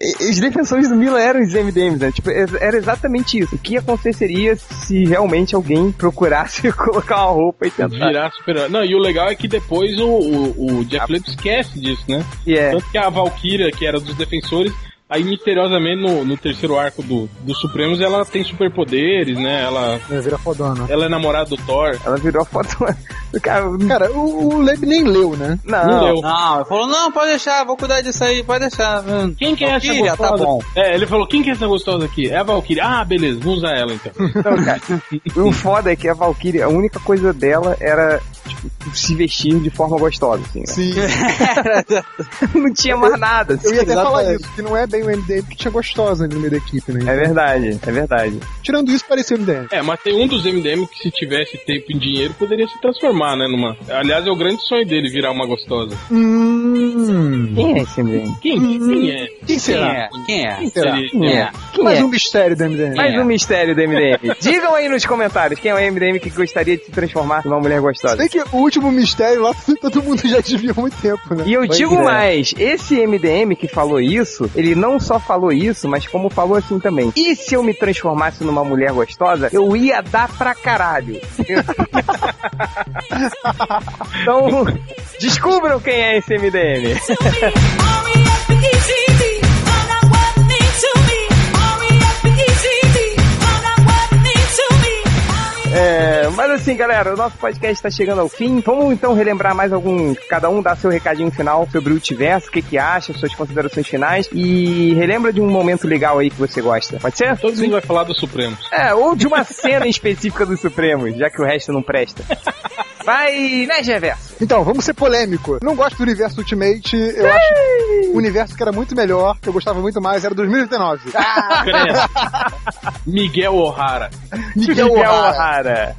Speaker 4: E- os defensores do Mila eram os MDMs, né? Tipo, ex- era exatamente isso. O que aconteceria se realmente alguém procurasse colocar uma roupa e tentar.
Speaker 2: Virar super Não, e o legal é que depois o, o, o Jeff Leb esquece disso, né?
Speaker 4: E é.
Speaker 2: Tanto que a Valkyria, que era dos defensores, aí misteriosamente no, no terceiro arco do, do Supremos ela tem superpoderes, né? Ela,
Speaker 3: É, vira fodona.
Speaker 2: ela é namorada do Thor.
Speaker 4: Ela virou a foto. Cara,
Speaker 3: Cara, o, o Leb nem leu, né?
Speaker 4: não.
Speaker 2: Não deu.
Speaker 1: Não, ele falou, não, pode deixar, vou cuidar disso aí, pode deixar. hum.
Speaker 2: Quem que é essa
Speaker 1: Valkyria, tá
Speaker 2: gostosa?
Speaker 1: bom.
Speaker 2: É, ele falou, quem que é essa gostosa aqui? É a Valkyria. Ah, beleza, vamos usar ela então.
Speaker 4: Não, cara. o foda é que a Valkyrie, a única coisa dela era tipo, se vestir de forma gostosa, assim. né?
Speaker 3: Sim.
Speaker 4: Não tinha mais nada. assim.
Speaker 3: Eu ia até falar
Speaker 4: Exatamente.
Speaker 3: isso, que não é bem o MDM que tinha gostosa ali no meio da equipe, né?
Speaker 4: É verdade, é verdade.
Speaker 3: Tirando isso, parecia o MDM.
Speaker 2: É, mas tem um dos MDM que se tivesse tempo e dinheiro poderia se transformar, né? Numa... Aliás, é o grande sonho dele virar uma gostosa.
Speaker 3: Hum.
Speaker 4: Quem é esse MDM?
Speaker 2: Quem, quem é?
Speaker 3: Quem
Speaker 1: Quem
Speaker 3: será?
Speaker 1: é? Quem é?
Speaker 3: será?
Speaker 2: Ele-
Speaker 4: Quem é? Quem
Speaker 3: Mais
Speaker 4: é?
Speaker 3: um mistério do MDM.
Speaker 4: Mais um mistério do MDM. Digam aí nos comentários quem é o MDM que gostaria de se transformar numa mulher gostosa.
Speaker 3: Sei que o último mistério lá todo mundo já adivinha há muito tempo, né?
Speaker 4: E eu
Speaker 3: Pois
Speaker 4: digo
Speaker 3: é.
Speaker 4: mais, esse MDM que falou isso, ele não só falou isso, mas como falou assim também. E se eu me transformasse numa mulher gostosa, eu ia dar pra caralho. então, descubram quem é esse MDM. É, mas assim, galera, o nosso podcast está chegando ao fim. Vamos então relembrar mais algum. Cada um dá seu recadinho final sobre o Ultiverso, o que, que acha, suas considerações finais. E relembra de um momento legal aí que você gosta. Pode ser?
Speaker 2: Todo mundo vai falar do Supremo.
Speaker 4: É, ou de uma cena em específica dos Supremos, já que o resto não presta. Vai, né, Reverso?
Speaker 3: Então, vamos ser polêmico. Não gosto do universo Ultimate, eu acho que o universo que era muito melhor, que eu gostava muito mais, era 2019.
Speaker 2: Ah. Miguel O'Hara.
Speaker 3: Miguel O'Hara.
Speaker 4: O'Hara.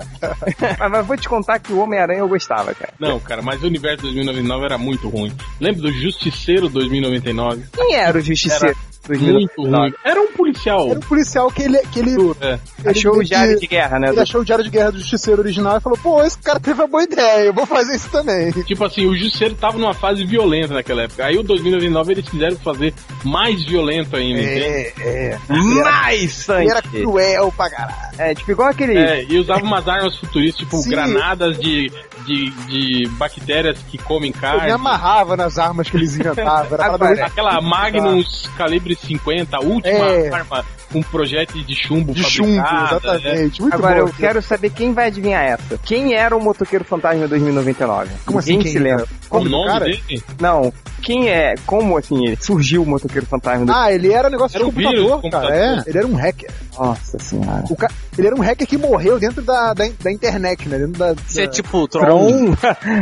Speaker 4: mas, mas vou te contar que o Homem-Aranha eu gostava, cara.
Speaker 2: Não, cara, mas o universo 2099 era muito ruim. Lembra do Justiceiro 2099?
Speaker 4: Quem era o Justiceiro? dos
Speaker 2: Muito
Speaker 4: 1999?
Speaker 2: ruim. Era um policial.
Speaker 3: Era um policial que ele. Que ele,
Speaker 2: É.
Speaker 3: ele
Speaker 4: Achou
Speaker 3: meio
Speaker 4: o Diário
Speaker 3: que-
Speaker 4: de Guerra, né?
Speaker 3: Ele achou o Diário de Guerra do Justiceiro original e falou: pô, esse cara teve uma boa ideia, eu vou fazer isso também.
Speaker 2: Tipo assim, o Justiceiro tava numa fase violenta naquela época. Aí o 2099 eles quiseram fazer mais violento ainda, entende?
Speaker 4: Mais sangue!
Speaker 3: Ele É, era cruel pra caralho.
Speaker 4: É, tipo igual aquele...
Speaker 2: É, e usava umas armas futuristas, tipo
Speaker 3: Sim.
Speaker 2: granadas de, de, de bactérias que comem
Speaker 3: Eu me
Speaker 2: carne.
Speaker 3: amarrava nas armas que eles inventavam. Era uma parada
Speaker 4: Agora,
Speaker 3: muito-
Speaker 2: Aquela Magnum calibre 50, a última
Speaker 3: É.
Speaker 2: arma com um projétil de chumbo
Speaker 3: De chumbo,
Speaker 2: fabricado, né?
Speaker 3: exatamente. Muito
Speaker 4: Agora,
Speaker 3: bom.
Speaker 4: eu quero saber quem vai adivinhar essa. Quem era o motoqueiro fantasma 2099?
Speaker 3: Como assim,
Speaker 4: Ninguém
Speaker 3: quem
Speaker 4: se
Speaker 3: era?
Speaker 4: lembra?
Speaker 2: O
Speaker 3: do
Speaker 2: nome
Speaker 3: cara? Tá
Speaker 2: dele?
Speaker 4: Não. Quem é? Como assim ele surgiu o motoqueiro fantasma? Do...
Speaker 3: Ah, ele era negócio
Speaker 2: Era
Speaker 3: de
Speaker 2: um vírus
Speaker 3: computador,
Speaker 2: de
Speaker 3: cara.
Speaker 2: computador.
Speaker 3: É, ele era um hacker.
Speaker 4: Nossa senhora.
Speaker 3: O ca... Ele era um hacker que morreu dentro da, da, da internet, né? Dentro da,
Speaker 1: Isso é
Speaker 3: da-
Speaker 1: tipo o Tron.
Speaker 4: Tron?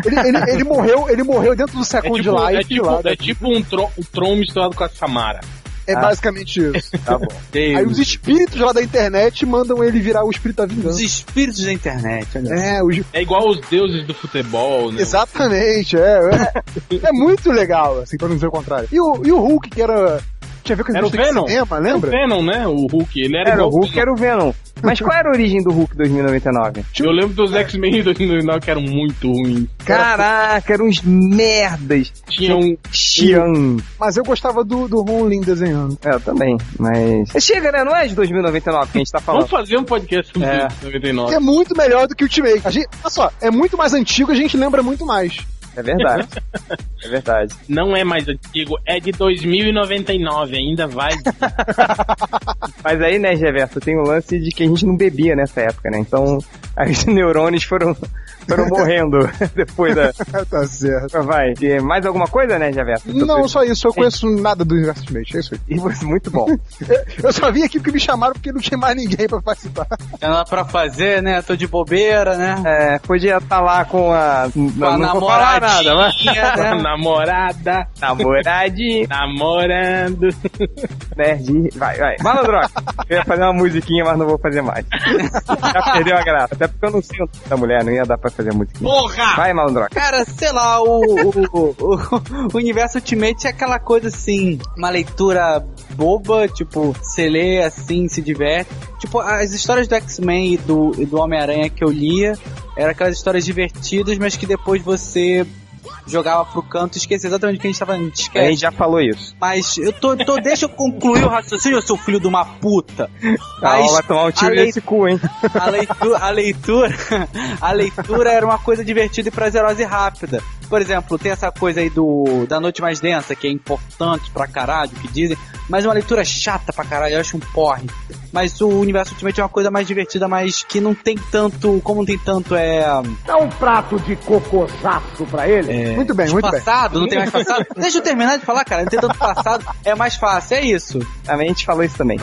Speaker 3: ele, ele, ele morreu, ele morreu dentro do
Speaker 2: um É
Speaker 3: Second
Speaker 2: tipo, é
Speaker 3: Life
Speaker 2: tipo-
Speaker 3: lá. né?
Speaker 2: é ah. tipo um, tron, um Tron misturado com a Samara.
Speaker 3: É basicamente isso.
Speaker 4: Tá bom.
Speaker 2: É
Speaker 1: Deus.
Speaker 3: Aí os espíritos lá da internet mandam ele virar o espírito da
Speaker 1: Os
Speaker 3: vingança.
Speaker 1: espíritos da internet, né? olha.
Speaker 3: É, os...
Speaker 2: É igual os deuses do futebol, né?
Speaker 3: exatamente, é, é. É muito legal, assim, pra não dizer o contrário. E o, e o Hulk, que era. Tinha a ver com a
Speaker 2: Era o
Speaker 3: indústria de
Speaker 2: Venom?
Speaker 3: cinema,
Speaker 2: Era o
Speaker 3: lembra?
Speaker 2: Venom, né? O Hulk. Ele era,
Speaker 4: Era o
Speaker 2: igual
Speaker 4: Hulk, era o Venom. Mas qual era a origem do Hulk 2099?
Speaker 2: Eu lembro dos X-Men de 2009 que eram muito ruins.
Speaker 4: Caraca, eram uns merdas.
Speaker 2: Tinha um.
Speaker 4: Xian.
Speaker 3: Mas eu gostava do, do Ron Lin desenhando.
Speaker 4: É, eu também, mas... Chega, né? Não é de 2099 que a gente tá falando.
Speaker 2: Vamos fazer um podcast sobre
Speaker 1: É.
Speaker 2: 99.
Speaker 3: Que é muito melhor do que o Ultimate. A gente, olha só, é muito mais antigo, a gente lembra muito mais.
Speaker 4: É verdade. É verdade.
Speaker 2: Não é mais antigo, é de 2099, ainda vai.
Speaker 4: Mas aí, né, Geverso, tem o lance de que a gente não bebia nessa época, né? Então, os neurônios foram, foram morrendo depois da...
Speaker 2: É,
Speaker 3: tá certo.
Speaker 4: Vai. E mais alguma coisa, né, Geverso?
Speaker 3: Não, só isso, eu conheço nada do universo Ultimate, é isso aí.
Speaker 4: E você- Muito bom.
Speaker 3: Eu só vim aqui porque me chamaram porque não tinha mais ninguém pra participar.
Speaker 1: Tem nada Tá pra fazer, né? Tô de bobeira, né?
Speaker 4: É, podia estar lá com a...
Speaker 1: Com a
Speaker 4: não vou falar nada, mas...
Speaker 1: namoradinha, né?
Speaker 2: Namorada,
Speaker 4: Namoradinha.
Speaker 2: namorando.
Speaker 4: Nerd. Vai, vai. Malandrox. Eu ia fazer uma musiquinha, mas não vou fazer mais. Já perdeu a graça. Até porque eu não sei o nome da mulher, não ia dar pra fazer a musiquinha.
Speaker 6: Porra!
Speaker 4: Vai, Malandrox.
Speaker 1: Cara, sei lá, o, o, o, o universo Ultimate é aquela coisa assim, uma leitura boba, tipo, você lê assim, se diverte. Tipo, as histórias do X-Men e do, e do Homem-Aranha que eu lia, eram aquelas histórias divertidas, mas que depois você jogava pro canto e esquecia exatamente o que a gente tava falando.
Speaker 4: A
Speaker 1: Esquece.
Speaker 4: gente já falou isso.
Speaker 1: Mas eu tô, tô- deixa eu concluir o raciocínio, seu filho de uma puta.
Speaker 4: Ela
Speaker 1: Mas
Speaker 4: vai tomar um tiro
Speaker 1: a lei-
Speaker 4: nesse cu, hein?
Speaker 1: a leitura, a leitura, a leitura era uma coisa divertida e prazerosa e rápida. Por exemplo, tem essa coisa aí do da noite mais densa que é importante pra caralho, que dizem, mas é uma leitura chata pra caralho, eu acho um porre. Mas o universo ultimamente é uma coisa mais divertida, mas que não tem tanto, como não tem tanto é,
Speaker 5: Dá um prato de cocosaço pra ele.
Speaker 3: muito
Speaker 2: É,
Speaker 3: bem, muito bem.
Speaker 1: passado, não tem mais passado. Deixa eu terminar de falar, cara, não tem tanto passado, é mais fácil, é isso.
Speaker 4: A gente falou isso também.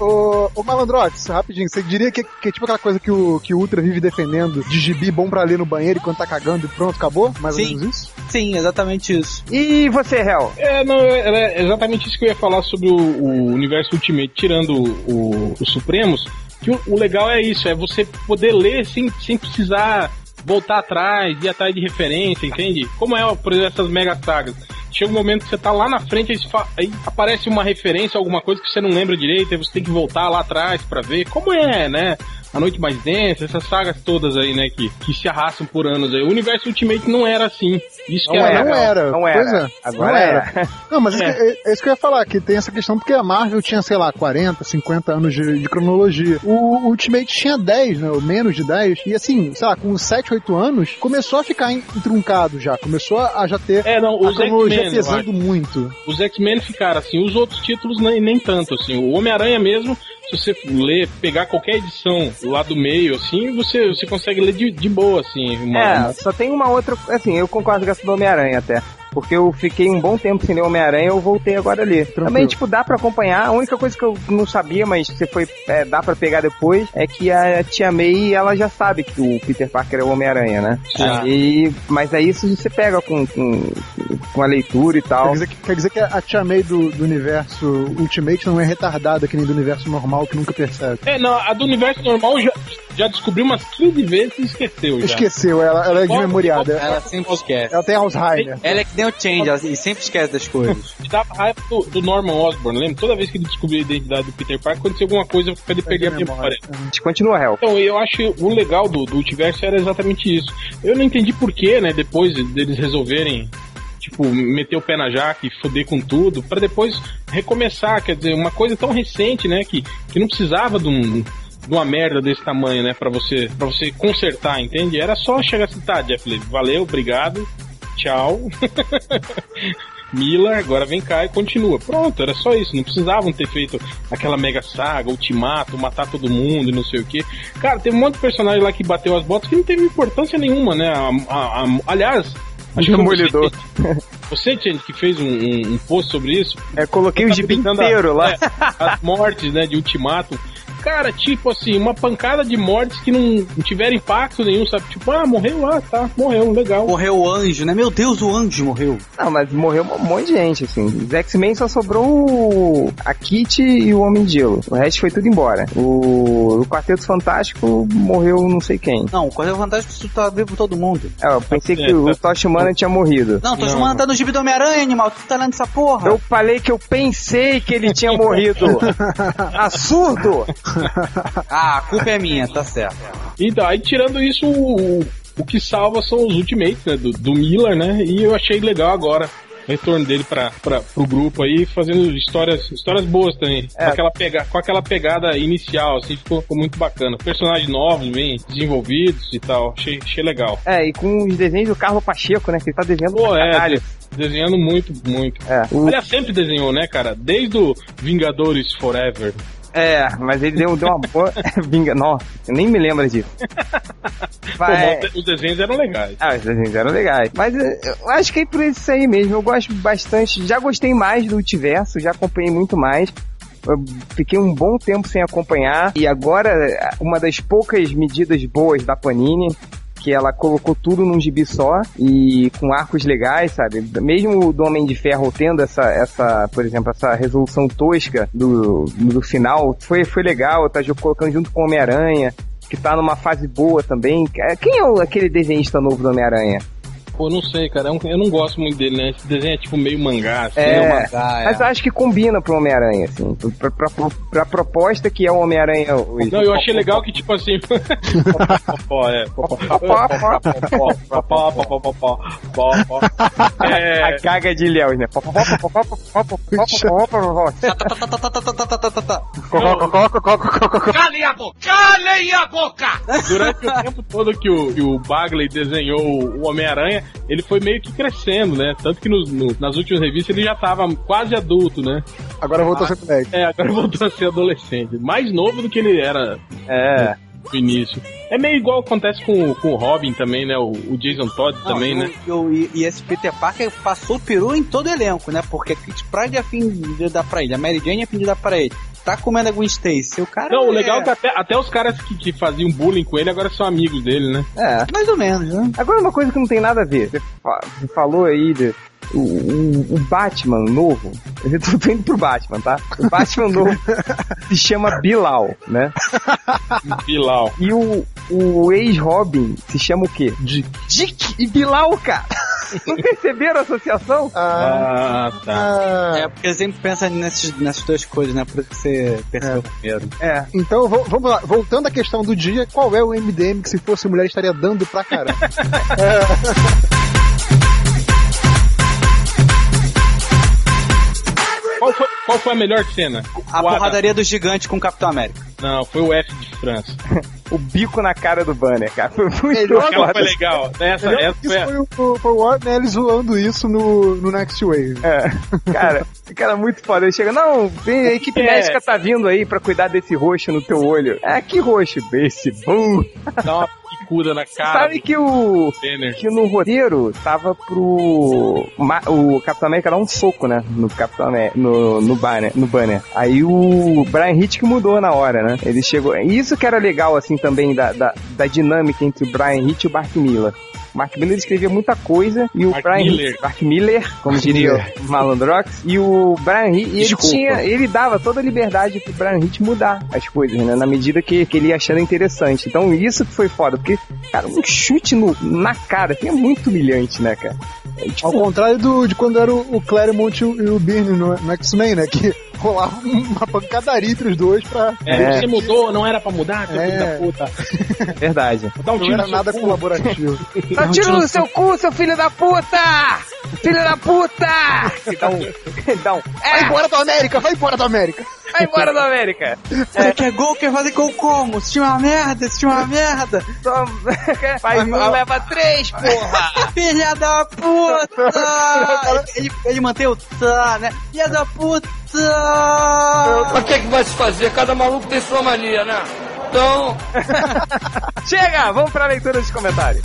Speaker 3: Ô, ô Malandrox, rapidinho, você diria que, que é tipo aquela coisa que o, que o Ultra vive defendendo de gibi bom pra ler no banheiro e quando tá cagando e pronto, acabou? Mais ou
Speaker 1: Sim.
Speaker 3: menos isso?
Speaker 1: Sim, exatamente isso.
Speaker 4: E você, Hel?
Speaker 2: É, não, era exatamente isso que eu ia falar sobre o, o universo Ultimate, tirando o, o- os Supremos, que o, o legal é isso, é você poder ler sem, sem precisar voltar atrás, ir atrás de referência, entende? Como é, por exemplo, essas mega sagas. Chega um momento que você tá lá na frente, aí, se fa- aí aparece uma referência, alguma coisa que você não lembra direito, aí você tem que voltar lá atrás pra ver como é, né? A Noite Mais Densa, essas sagas todas aí, né, que, que se arrastam por anos aí. O universo Ultimate não era assim. Isso que
Speaker 4: É, Não
Speaker 2: era.
Speaker 4: era.
Speaker 3: não era.
Speaker 4: Não
Speaker 3: Pois
Speaker 4: era.
Speaker 3: é,
Speaker 4: Agora
Speaker 3: não
Speaker 4: era.
Speaker 3: Não, mas é. isso que- é isso que eu ia falar, que tem essa questão porque a Marvel tinha, sei lá, 40, 50 anos de, de cronologia. O, o Ultimate tinha 10, né? Ou menos de 10. E assim, sei lá, com 7, 8 anos, começou a ficar en- truncado já. Começou a já ter
Speaker 2: É, não,
Speaker 3: a
Speaker 2: os
Speaker 3: cronologia
Speaker 2: X-Men, eu acho.
Speaker 3: pesando muito.
Speaker 2: os X-Men ficaram assim, os outros títulos nem, nem tanto, assim, o Homem-Aranha mesmo, se você ler, pegar qualquer edição lá do meio, assim, você, você consegue ler de, de boa, assim, uma,
Speaker 4: É, só tem uma outra. Assim, eu concordo com essa do Homem-Aranha até. Porque eu fiquei um bom tempo sem ler Homem-Aranha, eu voltei agora a ler. Também, tipo, dá pra acompanhar. A única coisa que eu não sabia, mas você foi. é, dá pra pegar depois, é que a Tia May, ela já sabe que o Peter Parker é o Homem-Aranha, né?
Speaker 2: Sim.
Speaker 4: E, mas aí isso você pega com, com, com a leitura e
Speaker 3: Quer
Speaker 4: tal.
Speaker 3: dizer, que, quer dizer que a Tia May do, do universo Ultimate não é retardada que nem do universo normal que nunca percebe.
Speaker 2: É, não, a do universo normal já, já descobriu umas 15 vezes e esqueceu já.
Speaker 3: Esqueceu, ela, ela é
Speaker 2: Pode-
Speaker 3: desmemoriada.
Speaker 1: Ela sempre esquece.
Speaker 3: Ela tem Alzheimer.
Speaker 1: Ela é que nem o Change, ela sempre esquece das coisas.
Speaker 2: Me Dava raiva do, do Norman Osborn, lembra? Toda vez que ele descobriu a identidade do Peter Parker, aconteceu alguma coisa pra ele perder a memória.
Speaker 4: Continua, Hel.
Speaker 2: Então, eu acho que o legal do, do Ultiverso era exatamente isso. Eu não entendi porquê, né, depois deles resolverem, tipo, meter o pé na jaca e foder com tudo, pra depois recomeçar, quer dizer, uma coisa tão recente, né, que, que não precisava de um de uma merda desse tamanho, né, Pra você para você consertar, entende? Era só chegar assim, tá, Jeff Lee, valeu, obrigado, tchau. Mila, agora vem cá e continua. Pronto, era só isso. Não precisavam ter feito aquela mega saga, ultimato, matar todo mundo, não sei o que. Cara, teve um monte de personagem lá que bateu as botas que não teve importância nenhuma, né? A, a, a, aliás, acho que
Speaker 4: Demolidor.
Speaker 2: Você, gente, que fez um, um- um post sobre isso, tá
Speaker 4: É, coloquei
Speaker 3: tá
Speaker 4: o gibi inteiro lá.
Speaker 2: é, as mortes, né, de ultimato. Cara, tipo assim, uma pancada de mortes que não tiveram impacto nenhum, sabe? Tipo, ah, morreu, ah, tá, morreu, legal.
Speaker 1: Morreu o anjo, né? Meu Deus, o anjo morreu.
Speaker 4: Não, mas morreu um monte de gente, assim. Os X-Men só sobrou o- a Kitty e o Homem de Gelo. O resto foi tudo embora. O, o Quarteto Fantástico morreu não sei quem.
Speaker 1: Não, o Correio Fantástico isso tá vivo todo mundo.
Speaker 4: É, Eu pensei que o Tosh Humana tinha morrido.
Speaker 1: Não, tô chamando tá no gibi do Homem-Aranha, animal. Tu tá lendo essa porra.
Speaker 4: Eu falei que eu pensei que ele tinha morrido. Absurdo!
Speaker 1: Ah, a culpa é minha, tá certo.
Speaker 2: E daí, tirando isso, o, o que salva são os ultimates, né? Do, do Miller, né? E eu achei legal agora o retorno dele pra, pra, pro grupo aí, fazendo histórias, histórias boas também.
Speaker 4: É.
Speaker 2: Com, aquela pega, com aquela pegada inicial, assim, ficou, ficou muito bacana. Personagens novos, bem desenvolvidos e tal. Achei, achei legal.
Speaker 4: É, e com os desenhos do Carlos Pacheco, né? Que ele tá desenhando
Speaker 2: Pô,
Speaker 4: pra
Speaker 2: é,
Speaker 4: caralho.
Speaker 2: Desenhando muito, muito.
Speaker 4: É, o-
Speaker 2: Aliás, sempre desenhou, né, cara? Desde o Vingadores Forever.
Speaker 4: é, mas ele deu, deu uma boa. Vinga, nossa, eu nem me lembro disso.
Speaker 2: Pô,
Speaker 4: Vai-
Speaker 2: mas os desenhos eram legais.
Speaker 4: Ah, os desenhos eram legais. Mas eh, eu acho que é por isso aí mesmo. Eu gosto bastante. Já gostei mais do Ultiverso, já acompanhei muito mais. Eu fiquei um bom tempo sem acompanhar. E agora, eh, uma das poucas medidas boas da Panini. Que ela colocou tudo num gibi só e com arcos legais, sabe? Mesmo o do Homem de Ferro tendo essa, essa por exemplo, essa resolução tosca do, do final, foi, foi legal, tá jo- colocando junto com o Homem-Aranha, que tá numa fase boa também. É, Quem é o- aquele desenhista novo do Homem-Aranha?
Speaker 2: Pô, não sei, cara. é um- Eu não gosto muito dele, né? Esse desenho é tipo meio mangá, assim.
Speaker 4: É,
Speaker 2: uma-
Speaker 1: Ah,
Speaker 4: Mas eu acho que combina pro Homem-Aranha, assim. Pra, pra, pra- pra proposta que é o Homem-Aranha. o-
Speaker 2: Não, eu achei legal que, tipo assim. Popó, é. Popó, popó, popó, popó, popó, popó, popó. É,
Speaker 4: A caga de Léo, né? Pop, pop, pop, pop, pop, pop, pop, pop.
Speaker 1: Tá,
Speaker 6: Calem a boca! Calem a boca!
Speaker 2: durante o tempo todo que o, que o Bagley desenhou o Homem-Aranha, ele foi meio que crescendo, né? Tanto que nos- no- nas últimas revistas ele já tava quase adulto, né?
Speaker 3: Agora voltou a ser moleque.
Speaker 2: É, agora voltou a ser adolescente. Mais novo do que ele era
Speaker 4: É.
Speaker 2: no início. É meio igual acontece com, com o Robin também, né? O, o Jason Todd
Speaker 1: Não,
Speaker 2: também,
Speaker 1: e o-
Speaker 2: né?
Speaker 1: E, o- e- e esse Peter Parker passou o peru em todo o elenco, né? Porque a Kit Pride é fingida pra ele, a Mary Jane é fingida pra ele. Tá comendo a Gwen Stacy, o cara
Speaker 2: Não, o
Speaker 1: é
Speaker 2: legal é que até, até os caras que, que faziam bullying com ele agora são amigos dele, né?
Speaker 4: É.
Speaker 1: Mais ou menos, né?
Speaker 4: Agora uma coisa que não tem nada a ver. Você fa- você falou aí de, o, o- o Batman novo. Eu tô tô indo pro Batman, tá? O Batman novo se chama Bilal, né?
Speaker 2: Bilal.
Speaker 4: E o, o ex-Robin se chama o quê? Dick. Dick e Bilal, cara! Não perceberam a associação?
Speaker 3: Ah,
Speaker 2: Ah, tá.
Speaker 1: É, porque eu sempre pensa nesses, nessas duas coisas, né? Por isso que você percebeu primeiro.
Speaker 4: É.
Speaker 3: Então, vo- vamos lá. Voltando à questão do dia, qual é o MDM que se fosse mulher estaria dando pra caramba?
Speaker 2: Qual foi, qual foi a melhor cena?
Speaker 1: A
Speaker 2: O Adam.
Speaker 1: porradaria do gigante com o Capitão América.
Speaker 2: Não, foi o F de França.
Speaker 4: O bico na cara do banner, cara. Foi muito
Speaker 3: Melhor
Speaker 2: Aquela foi
Speaker 4: foda.
Speaker 2: legal. Essa, essa é.
Speaker 3: Isso
Speaker 2: foi a...
Speaker 3: foi o, foi o- foi o Warner Ellis zoando isso no, no Next Wave.
Speaker 4: É, cara, cara, muito foda. Ele chega, não, tem, a equipe
Speaker 2: É.
Speaker 4: médica tá vindo aí pra cuidar desse roxo no teu olho. É, que roxo? Desse bom.
Speaker 2: Dá uma picuda na cara
Speaker 4: Sabe que o...
Speaker 2: do Banner.
Speaker 4: Que no roteiro tava pro. Ma- O Capitão América dar um soco, né? No Capitão América. No, no, banner, no banner. Aí o Brian Hitch que mudou na hora, né? Ele chegou. e Isso que era legal, assim, também, da, da, da dinâmica entre o Brian Hitch e o Mark Miller. O Mark Miller escrevia muita coisa e o
Speaker 2: Mark
Speaker 4: Brian
Speaker 2: Miller.
Speaker 4: Hitch- Mark Miller, como diria o Malandrox, e o Brian Hitch, e ele
Speaker 1: Desculpa.
Speaker 4: tinha, ele dava toda a liberdade pro Brian Hitch mudar as coisas, né, na medida que, que ele ia achando interessante. Então isso que foi foda, porque, cara, um chute no, na cara, que é muito humilhante, né, cara? É,
Speaker 3: Ao
Speaker 4: tipo,
Speaker 3: contrário do, de quando era o, o Claremont e o, e o Byrne no, no X-Men, né? Que rolava uma pancadaria entre os dois pra.
Speaker 2: É,
Speaker 4: É.
Speaker 2: Você mudou, não era pra mudar, seu filho da
Speaker 3: É.
Speaker 2: puta.
Speaker 4: verdade.
Speaker 2: Dá um
Speaker 3: Não
Speaker 2: tiro
Speaker 3: era
Speaker 2: no seu
Speaker 3: nada
Speaker 2: cu.
Speaker 3: colaborativo.
Speaker 4: Tá tiro no seu cu, seu filho da puta! Filho da puta! Dá um, dá um,
Speaker 3: Vai embora da América! Vai embora da América!
Speaker 4: vai embora da América.
Speaker 1: Você quer gol, quer fazer gol como? Esse time é uma merda, esse time é uma merda.
Speaker 4: Só faz um, leva três, porra.
Speaker 1: Filha da puta! Ah. ele, ele mantém o tá, né? Filha da puta!
Speaker 9: Mas o que, é que vai se fazer? Cada maluco tem sua mania, né? Então,
Speaker 4: Chega, vamos pra leitura de comentários.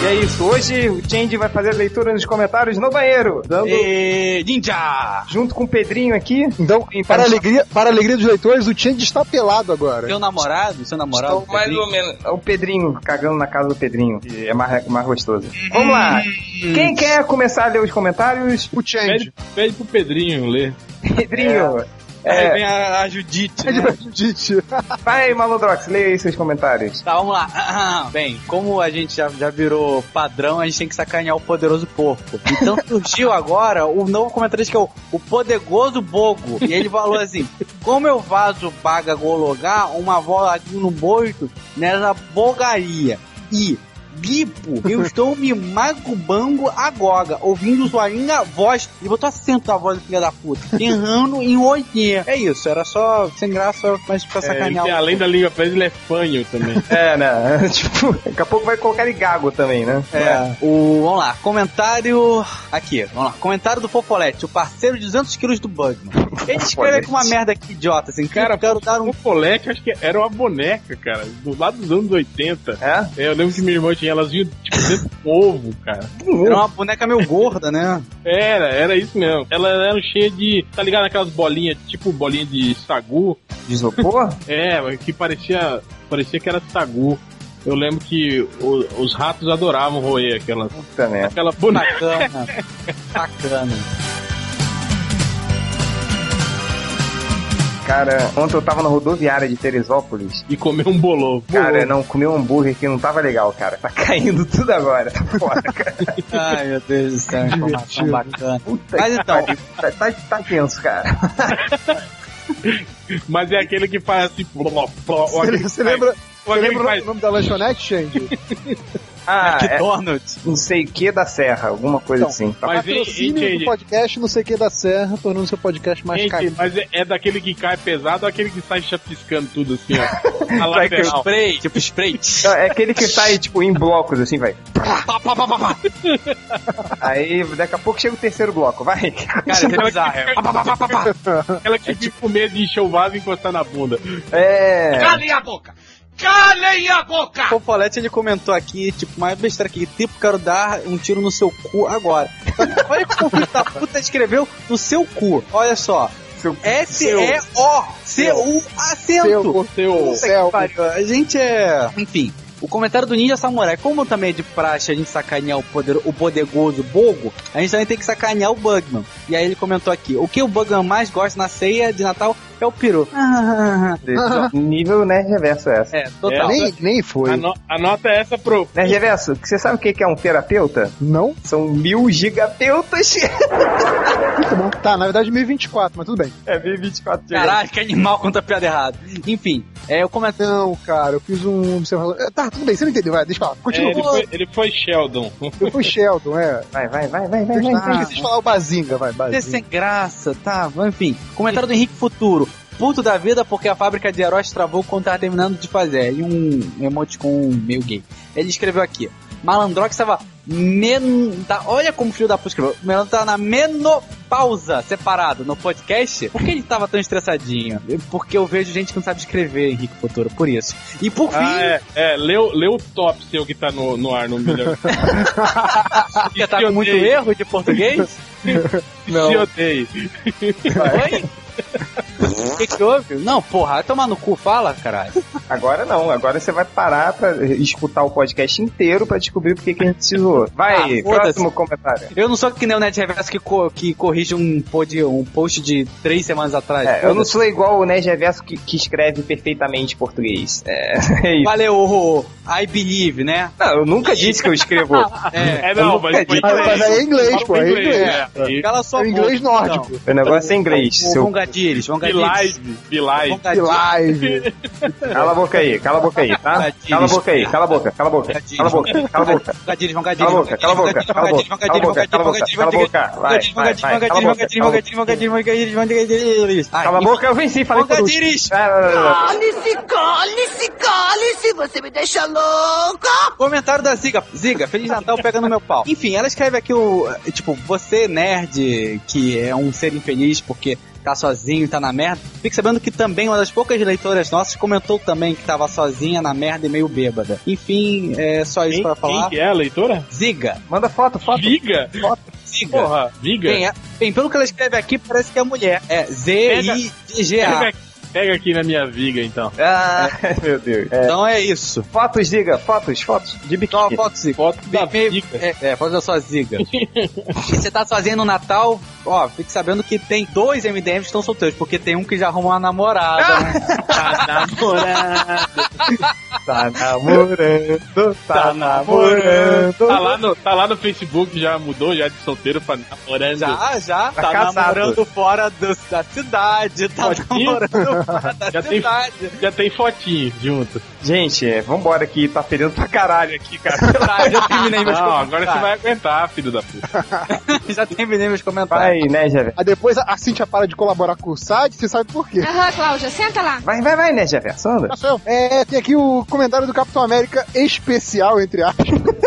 Speaker 4: E é isso, hoje o Change vai fazer a leitura nos comentários no banheiro, dando
Speaker 1: E... Ninja!
Speaker 4: junto com o Pedrinho aqui.
Speaker 3: Então,
Speaker 4: Em
Speaker 3: para a,
Speaker 4: parte-
Speaker 3: alegria, para a alegria dos leitores, o Change está pelado agora.
Speaker 1: Seu namorado, seu namorado.
Speaker 9: mais
Speaker 1: Pedrinho?
Speaker 9: ou menos.
Speaker 4: É o Pedrinho cagando na casa do Pedrinho, que é mais, mais gostoso. Vamos lá. Quem quer começar a ler os comentários?
Speaker 3: O Change.
Speaker 2: Pede, pede pro Pedrinho ler.
Speaker 4: Pedrinho,
Speaker 1: Aí
Speaker 4: é,
Speaker 1: vem a, a Judite. né?
Speaker 3: Tite.
Speaker 4: vai, Malodrox, leia aí seus comentários.
Speaker 1: Tá, vamos lá. Bem, como a gente já, já virou padrão, a gente tem que sacanear o poderoso porco. Então surgiu agora o novo comentarista que é o, o poderoso bogo. E ele falou assim: como eu vaso paga gologar uma bola aqui no boito nessa bogaria. E. Bipo, eu estou me magubango agora, ouvindo sua linda voz, e botou acento na voz do filho da puta, errando em oitê. É isso, era só sem graça, mas pra
Speaker 2: É, ele
Speaker 1: sacanear
Speaker 2: tem-
Speaker 1: o
Speaker 2: além da língua pra ele, ele é fanho também.
Speaker 4: É, né? tipo, daqui a pouco vai colocar ele gago também, né?
Speaker 1: É, o, vamos lá, comentário aqui, vamos lá, comentário do Fofolete, o parceiro de 200 quilos do Bugman. Ele escreveu
Speaker 4: Fofolete.
Speaker 1: com uma merda aqui, idiota, assim, cara,
Speaker 2: Cara,
Speaker 1: eu quero dar um...
Speaker 2: O Polec, acho que era uma boneca, cara, do lado dos anos 80.
Speaker 4: É?
Speaker 2: É, eu lembro que minha irmã tinha, elas vinham tipo dentro do ovo, cara.
Speaker 1: Era uma boneca meio gorda, né?
Speaker 2: Era, era isso mesmo. Elas eram cheias de, tá ligado, aquelas bolinhas, tipo bolinha de sagu.
Speaker 4: De isopor?
Speaker 2: É, que parecia, parecia que era sagu. Eu lembro que o- os ratos adoravam roer aquela,
Speaker 4: Puta merda.
Speaker 2: aquela boneca.
Speaker 1: Bacana. Bacana.
Speaker 4: Cara, ontem eu tava na rodoviária de Teresópolis.
Speaker 2: E comer um bolovo.
Speaker 3: é
Speaker 4: Cara, não, comer um hambúrguer que não tava legal, cara. Tá caindo tudo agora. Tá foda, cara.
Speaker 1: Ai, meu Deus do céu, informação bacana.
Speaker 4: Puta
Speaker 1: Mas
Speaker 4: que
Speaker 1: então,
Speaker 4: pariu. Tá, tá, tá tenso, cara.
Speaker 2: Mas é aquele que faz assim. Bló, bló, ou aquele que
Speaker 3: Você
Speaker 2: faz-
Speaker 3: lembra,
Speaker 2: ou
Speaker 3: você
Speaker 2: aquele
Speaker 3: lembra
Speaker 2: que faz-
Speaker 3: o nome da lanchonete, Change?
Speaker 4: Ah, é,
Speaker 1: McDonald's.
Speaker 4: não sei o que da Serra, alguma coisa
Speaker 3: Então,
Speaker 4: assim. Tá
Speaker 2: Mas,
Speaker 3: Patrocínio
Speaker 2: hein,
Speaker 3: do
Speaker 2: Change?
Speaker 3: podcast Não Sei Que da Serra, tornando seu podcast mais
Speaker 2: Gente,
Speaker 3: caro.
Speaker 2: mas é, é daquele que cai pesado ou aquele que sai chapiscando tudo assim, ó? A
Speaker 4: Vai que eu-
Speaker 2: lateral.
Speaker 1: Spray, tipo spray.
Speaker 4: Não, é aquele que sai, tipo, em blocos, assim, vai. Aí, daqui a pouco chega o terceiro bloco, vai.
Speaker 1: Cara, isso é bizarro. é.
Speaker 2: Aquela
Speaker 3: É
Speaker 2: que
Speaker 3: tipo-
Speaker 2: fica com medo de encher o vaso e encostar na bunda.
Speaker 4: É.
Speaker 6: Calem a boca! Calem a boca!
Speaker 1: O Fofolete, ele comentou aqui, tipo, mais besteira aqui, tipo, quero dar um tiro no seu cu agora. Olha como o filho da puta escreveu no seu cu. Olha só.
Speaker 4: Seu-
Speaker 1: S-E-O-C-U acento.
Speaker 3: Seu,
Speaker 2: Seu.
Speaker 1: Puta que pariu. A gente é. Enfim. O comentário do Ninja Samurai, como também é de praxe a gente sacanear o, poder, o bodegoso Bogo, a gente também tem que sacanear o Bugman. E aí ele comentou aqui, o que o Bugman mais gosta na ceia de Natal é o peru.
Speaker 4: Nível Nerd Reverso ah. é essa.
Speaker 1: É, total.
Speaker 2: É.
Speaker 3: nem, nem foi.
Speaker 2: Ano- anota é essa pro.
Speaker 4: Nerd Reverso, você sabe o que que é um terapeuta?
Speaker 3: Não?
Speaker 4: São mil gigapeutas.
Speaker 3: Muito bom. Tá, na verdade 1024, mas tudo bem.
Speaker 4: É, vi 24 de
Speaker 1: Caralho, que animal conta piada errada. Enfim, é, o comentário...
Speaker 3: Não, cara, eu fiz um observador. É, Tá, tudo bem, você não entendeu, vai, deixa eu falar.
Speaker 2: É, ele,
Speaker 3: Continua.
Speaker 2: foi, ele foi Sheldon.
Speaker 3: eu fui Sheldon, é.
Speaker 4: Vai, vai, vai, vai, vai, vai.
Speaker 3: Eu esqueci de falar o Bazinga, vai,
Speaker 1: Você é
Speaker 3: Bazinga.
Speaker 1: sem graça, tá? Enfim, comentário do Henrique Futuro. Puto da vida porque a fábrica de heróis travou quando tava terminando de fazer. E um emoticon meio gay. Ele escreveu aqui. Malandrox estava men... tá- Olha como o filho da puta escreveu. O Malandro tava na menopausa separado no podcast. Por que ele tava tão estressadinho? Porque eu vejo gente que não sabe escrever, Henrique Futuro, por isso. E por fim,
Speaker 2: Ah, é. é leu, leu o top seu que tá no, no ar no melhor.
Speaker 1: porque tá com muito
Speaker 2: Sionei.
Speaker 1: erro de português.
Speaker 2: Se odeie.
Speaker 1: Oi? O que, que houve? Não, porra, vai tomar no cu, fala, caralho.
Speaker 4: Agora não, agora você vai parar pra escutar o podcast inteiro pra descobrir por que que a gente se zoou. Vai,
Speaker 1: Ah, foda-se.
Speaker 4: próximo comentário.
Speaker 1: Eu não sou que nem o Nerd Reverso que, co- que corrige um, pod, um post de três semanas atrás.
Speaker 4: É, eu não
Speaker 1: Foda-se.
Speaker 4: sou igual o Nerd Reverso que, que escreve perfeitamente português. É, é isso.
Speaker 1: Valeu, o, o I Believe, né?
Speaker 4: Não, eu nunca disse que eu escrevo.
Speaker 1: É.
Speaker 2: É, não, mas foi
Speaker 3: Mas, mas é inglês, pô, é
Speaker 2: Inglês,
Speaker 3: inglês.
Speaker 2: é. E-
Speaker 1: Cala sua
Speaker 3: É inglês
Speaker 1: boca,
Speaker 3: nórdico.
Speaker 1: então.
Speaker 4: O negócio é inglês.
Speaker 1: Ô,
Speaker 4: Seu...
Speaker 1: Vongadilhos,
Speaker 2: Be
Speaker 1: Vongadilhos.
Speaker 2: live, be live.
Speaker 3: Que live.
Speaker 4: Cala a boca aí, cala a boca aí, tá? Cala a boca aí, cala a boca, cala a boca, cala a boca, cala a boca.
Speaker 1: Vongadilhos,
Speaker 4: Cala a boca,
Speaker 1: Vongadilhos.
Speaker 4: cala a boca, cala a boca, cala a boca, cala a boca, cala a boca, vai, vai, vai, cala a boca, cala a boca. Cala a boca, eu venci, falei por último.
Speaker 1: Vongadilhos.
Speaker 4: Vai, vai, vai, vai.
Speaker 8: Cale-se, cale-se, cale-se, você me deixa louca!
Speaker 1: Comentário da Ziga. Ziga, Feliz Natal pega no meu pau. Enfim, ela escreve aqui o. Tipo, você, nerd, que é um ser infeliz porque tá sozinho, tá na merda. Fique sabendo que também uma das poucas leitoras nossas comentou também que tava sozinha, na merda e meio bêbada. Enfim, é só isso
Speaker 2: Quem,
Speaker 1: pra falar.
Speaker 2: quem que é a leitora?
Speaker 1: Ziga,
Speaker 4: Manda foto, foto.
Speaker 2: Viga?
Speaker 1: Ziga.
Speaker 2: Porra, Viga?
Speaker 1: Bem, é- bem, pelo que ela escreve aqui, parece que é mulher. É Z-I-G-A.
Speaker 2: Pega, pega aqui na minha viga, então.
Speaker 4: Ah, meu Deus. É,
Speaker 1: Então é isso.
Speaker 4: Fotos, diga, fotos, fotos. De
Speaker 1: Toma
Speaker 4: biquíni.
Speaker 1: foto, Ziga.
Speaker 2: Foto da
Speaker 1: Bem,
Speaker 2: viga.
Speaker 1: É, é, foto da sua ziga. Se você tá sozinho no Natal, ó, fique sabendo que tem dois MDMs que estão solteiros, porque tem um que já arrumou uma namorada. né?
Speaker 4: Tá namorando, tá namorando.
Speaker 2: Tá lá, no, tá lá no Facebook, já mudou, já de solteiro pra namorando.
Speaker 1: Já, já. Tá,
Speaker 4: casado.
Speaker 1: namorando fora do- da cidade. Tá
Speaker 2: Fotinho?
Speaker 1: namorando fora da
Speaker 2: Já tem-
Speaker 1: cidade.
Speaker 2: Já tem fotinho junto.
Speaker 4: Gente, é, vambora aqui, tá fedendo pra caralho aqui, cara.
Speaker 1: Tá, já terminei meus
Speaker 2: Não, agora
Speaker 1: comentários.
Speaker 2: você vai aguentar, filho da puta.
Speaker 1: Já terminei meus comentários.
Speaker 4: Vai, né, Nerd
Speaker 3: Aí depois a, a Cintia para de colaborar com o site, você sabe por quê.
Speaker 10: Aham, Cláudia, senta lá.
Speaker 4: Vai, vai, vai, Nerd Reverso, anda.
Speaker 3: Rafael, É, tem aqui o comentário do Capitão América especial, entre aspas.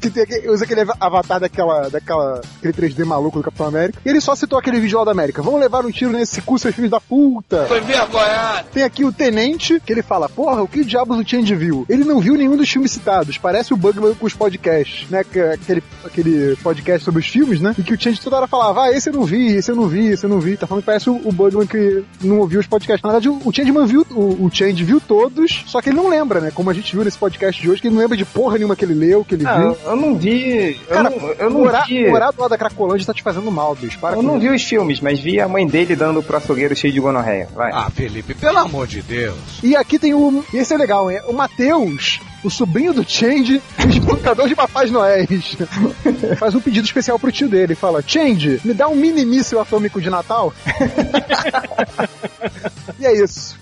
Speaker 3: que tem aqui- usa aquele avatar daquela, daquela, aquele 3D maluco do Capitão América. E ele só citou aquele vídeo lá da América. Vão levar um tiro nesse cu, seus filhos da puta.
Speaker 9: Foi vergonhado.
Speaker 3: Tem aqui o Tenente, que ele fala, porra, o que diabos o Change viu? Ele não viu nenhum dos filmes citados, parece o Bugman com os podcasts, né? Que- Aquele, aquele podcast sobre os filmes, né? E que o Change toda hora falava, ah, esse eu não vi, esse eu não vi, esse eu não vi. Tá falando que parece o, o Bugman que não ouviu os podcasts. Na verdade, o, o Changeman viu, o, o Change viu todos, só que ele não lembra, né? Como a gente viu nesse podcast de hoje, que ele não lembra de porra nenhuma que ele leu, que ele
Speaker 4: Ah,
Speaker 3: viu.
Speaker 4: eu, eu não vi. Eu
Speaker 3: Cara,
Speaker 4: não, eu não
Speaker 3: morar,
Speaker 4: vi.
Speaker 3: morar do lado da Cracolândia tá te fazendo mal, bicho. Para
Speaker 4: Eu
Speaker 3: com
Speaker 4: não
Speaker 3: isso.
Speaker 4: vi os filmes, mas vi a mãe dele dando pro açougueiro cheio de gonorreia. Vai.
Speaker 6: Ah, Felipe, pelo amor de Deus.
Speaker 3: E aqui tem o. e Esse é legal, hein? O Matheus, o sobrinho do Change, o espancador de Papais Noéis. Faz um pedido especial pro tio dele. Fala: Change, me dá um mini míssil atômico de Natal. e é isso.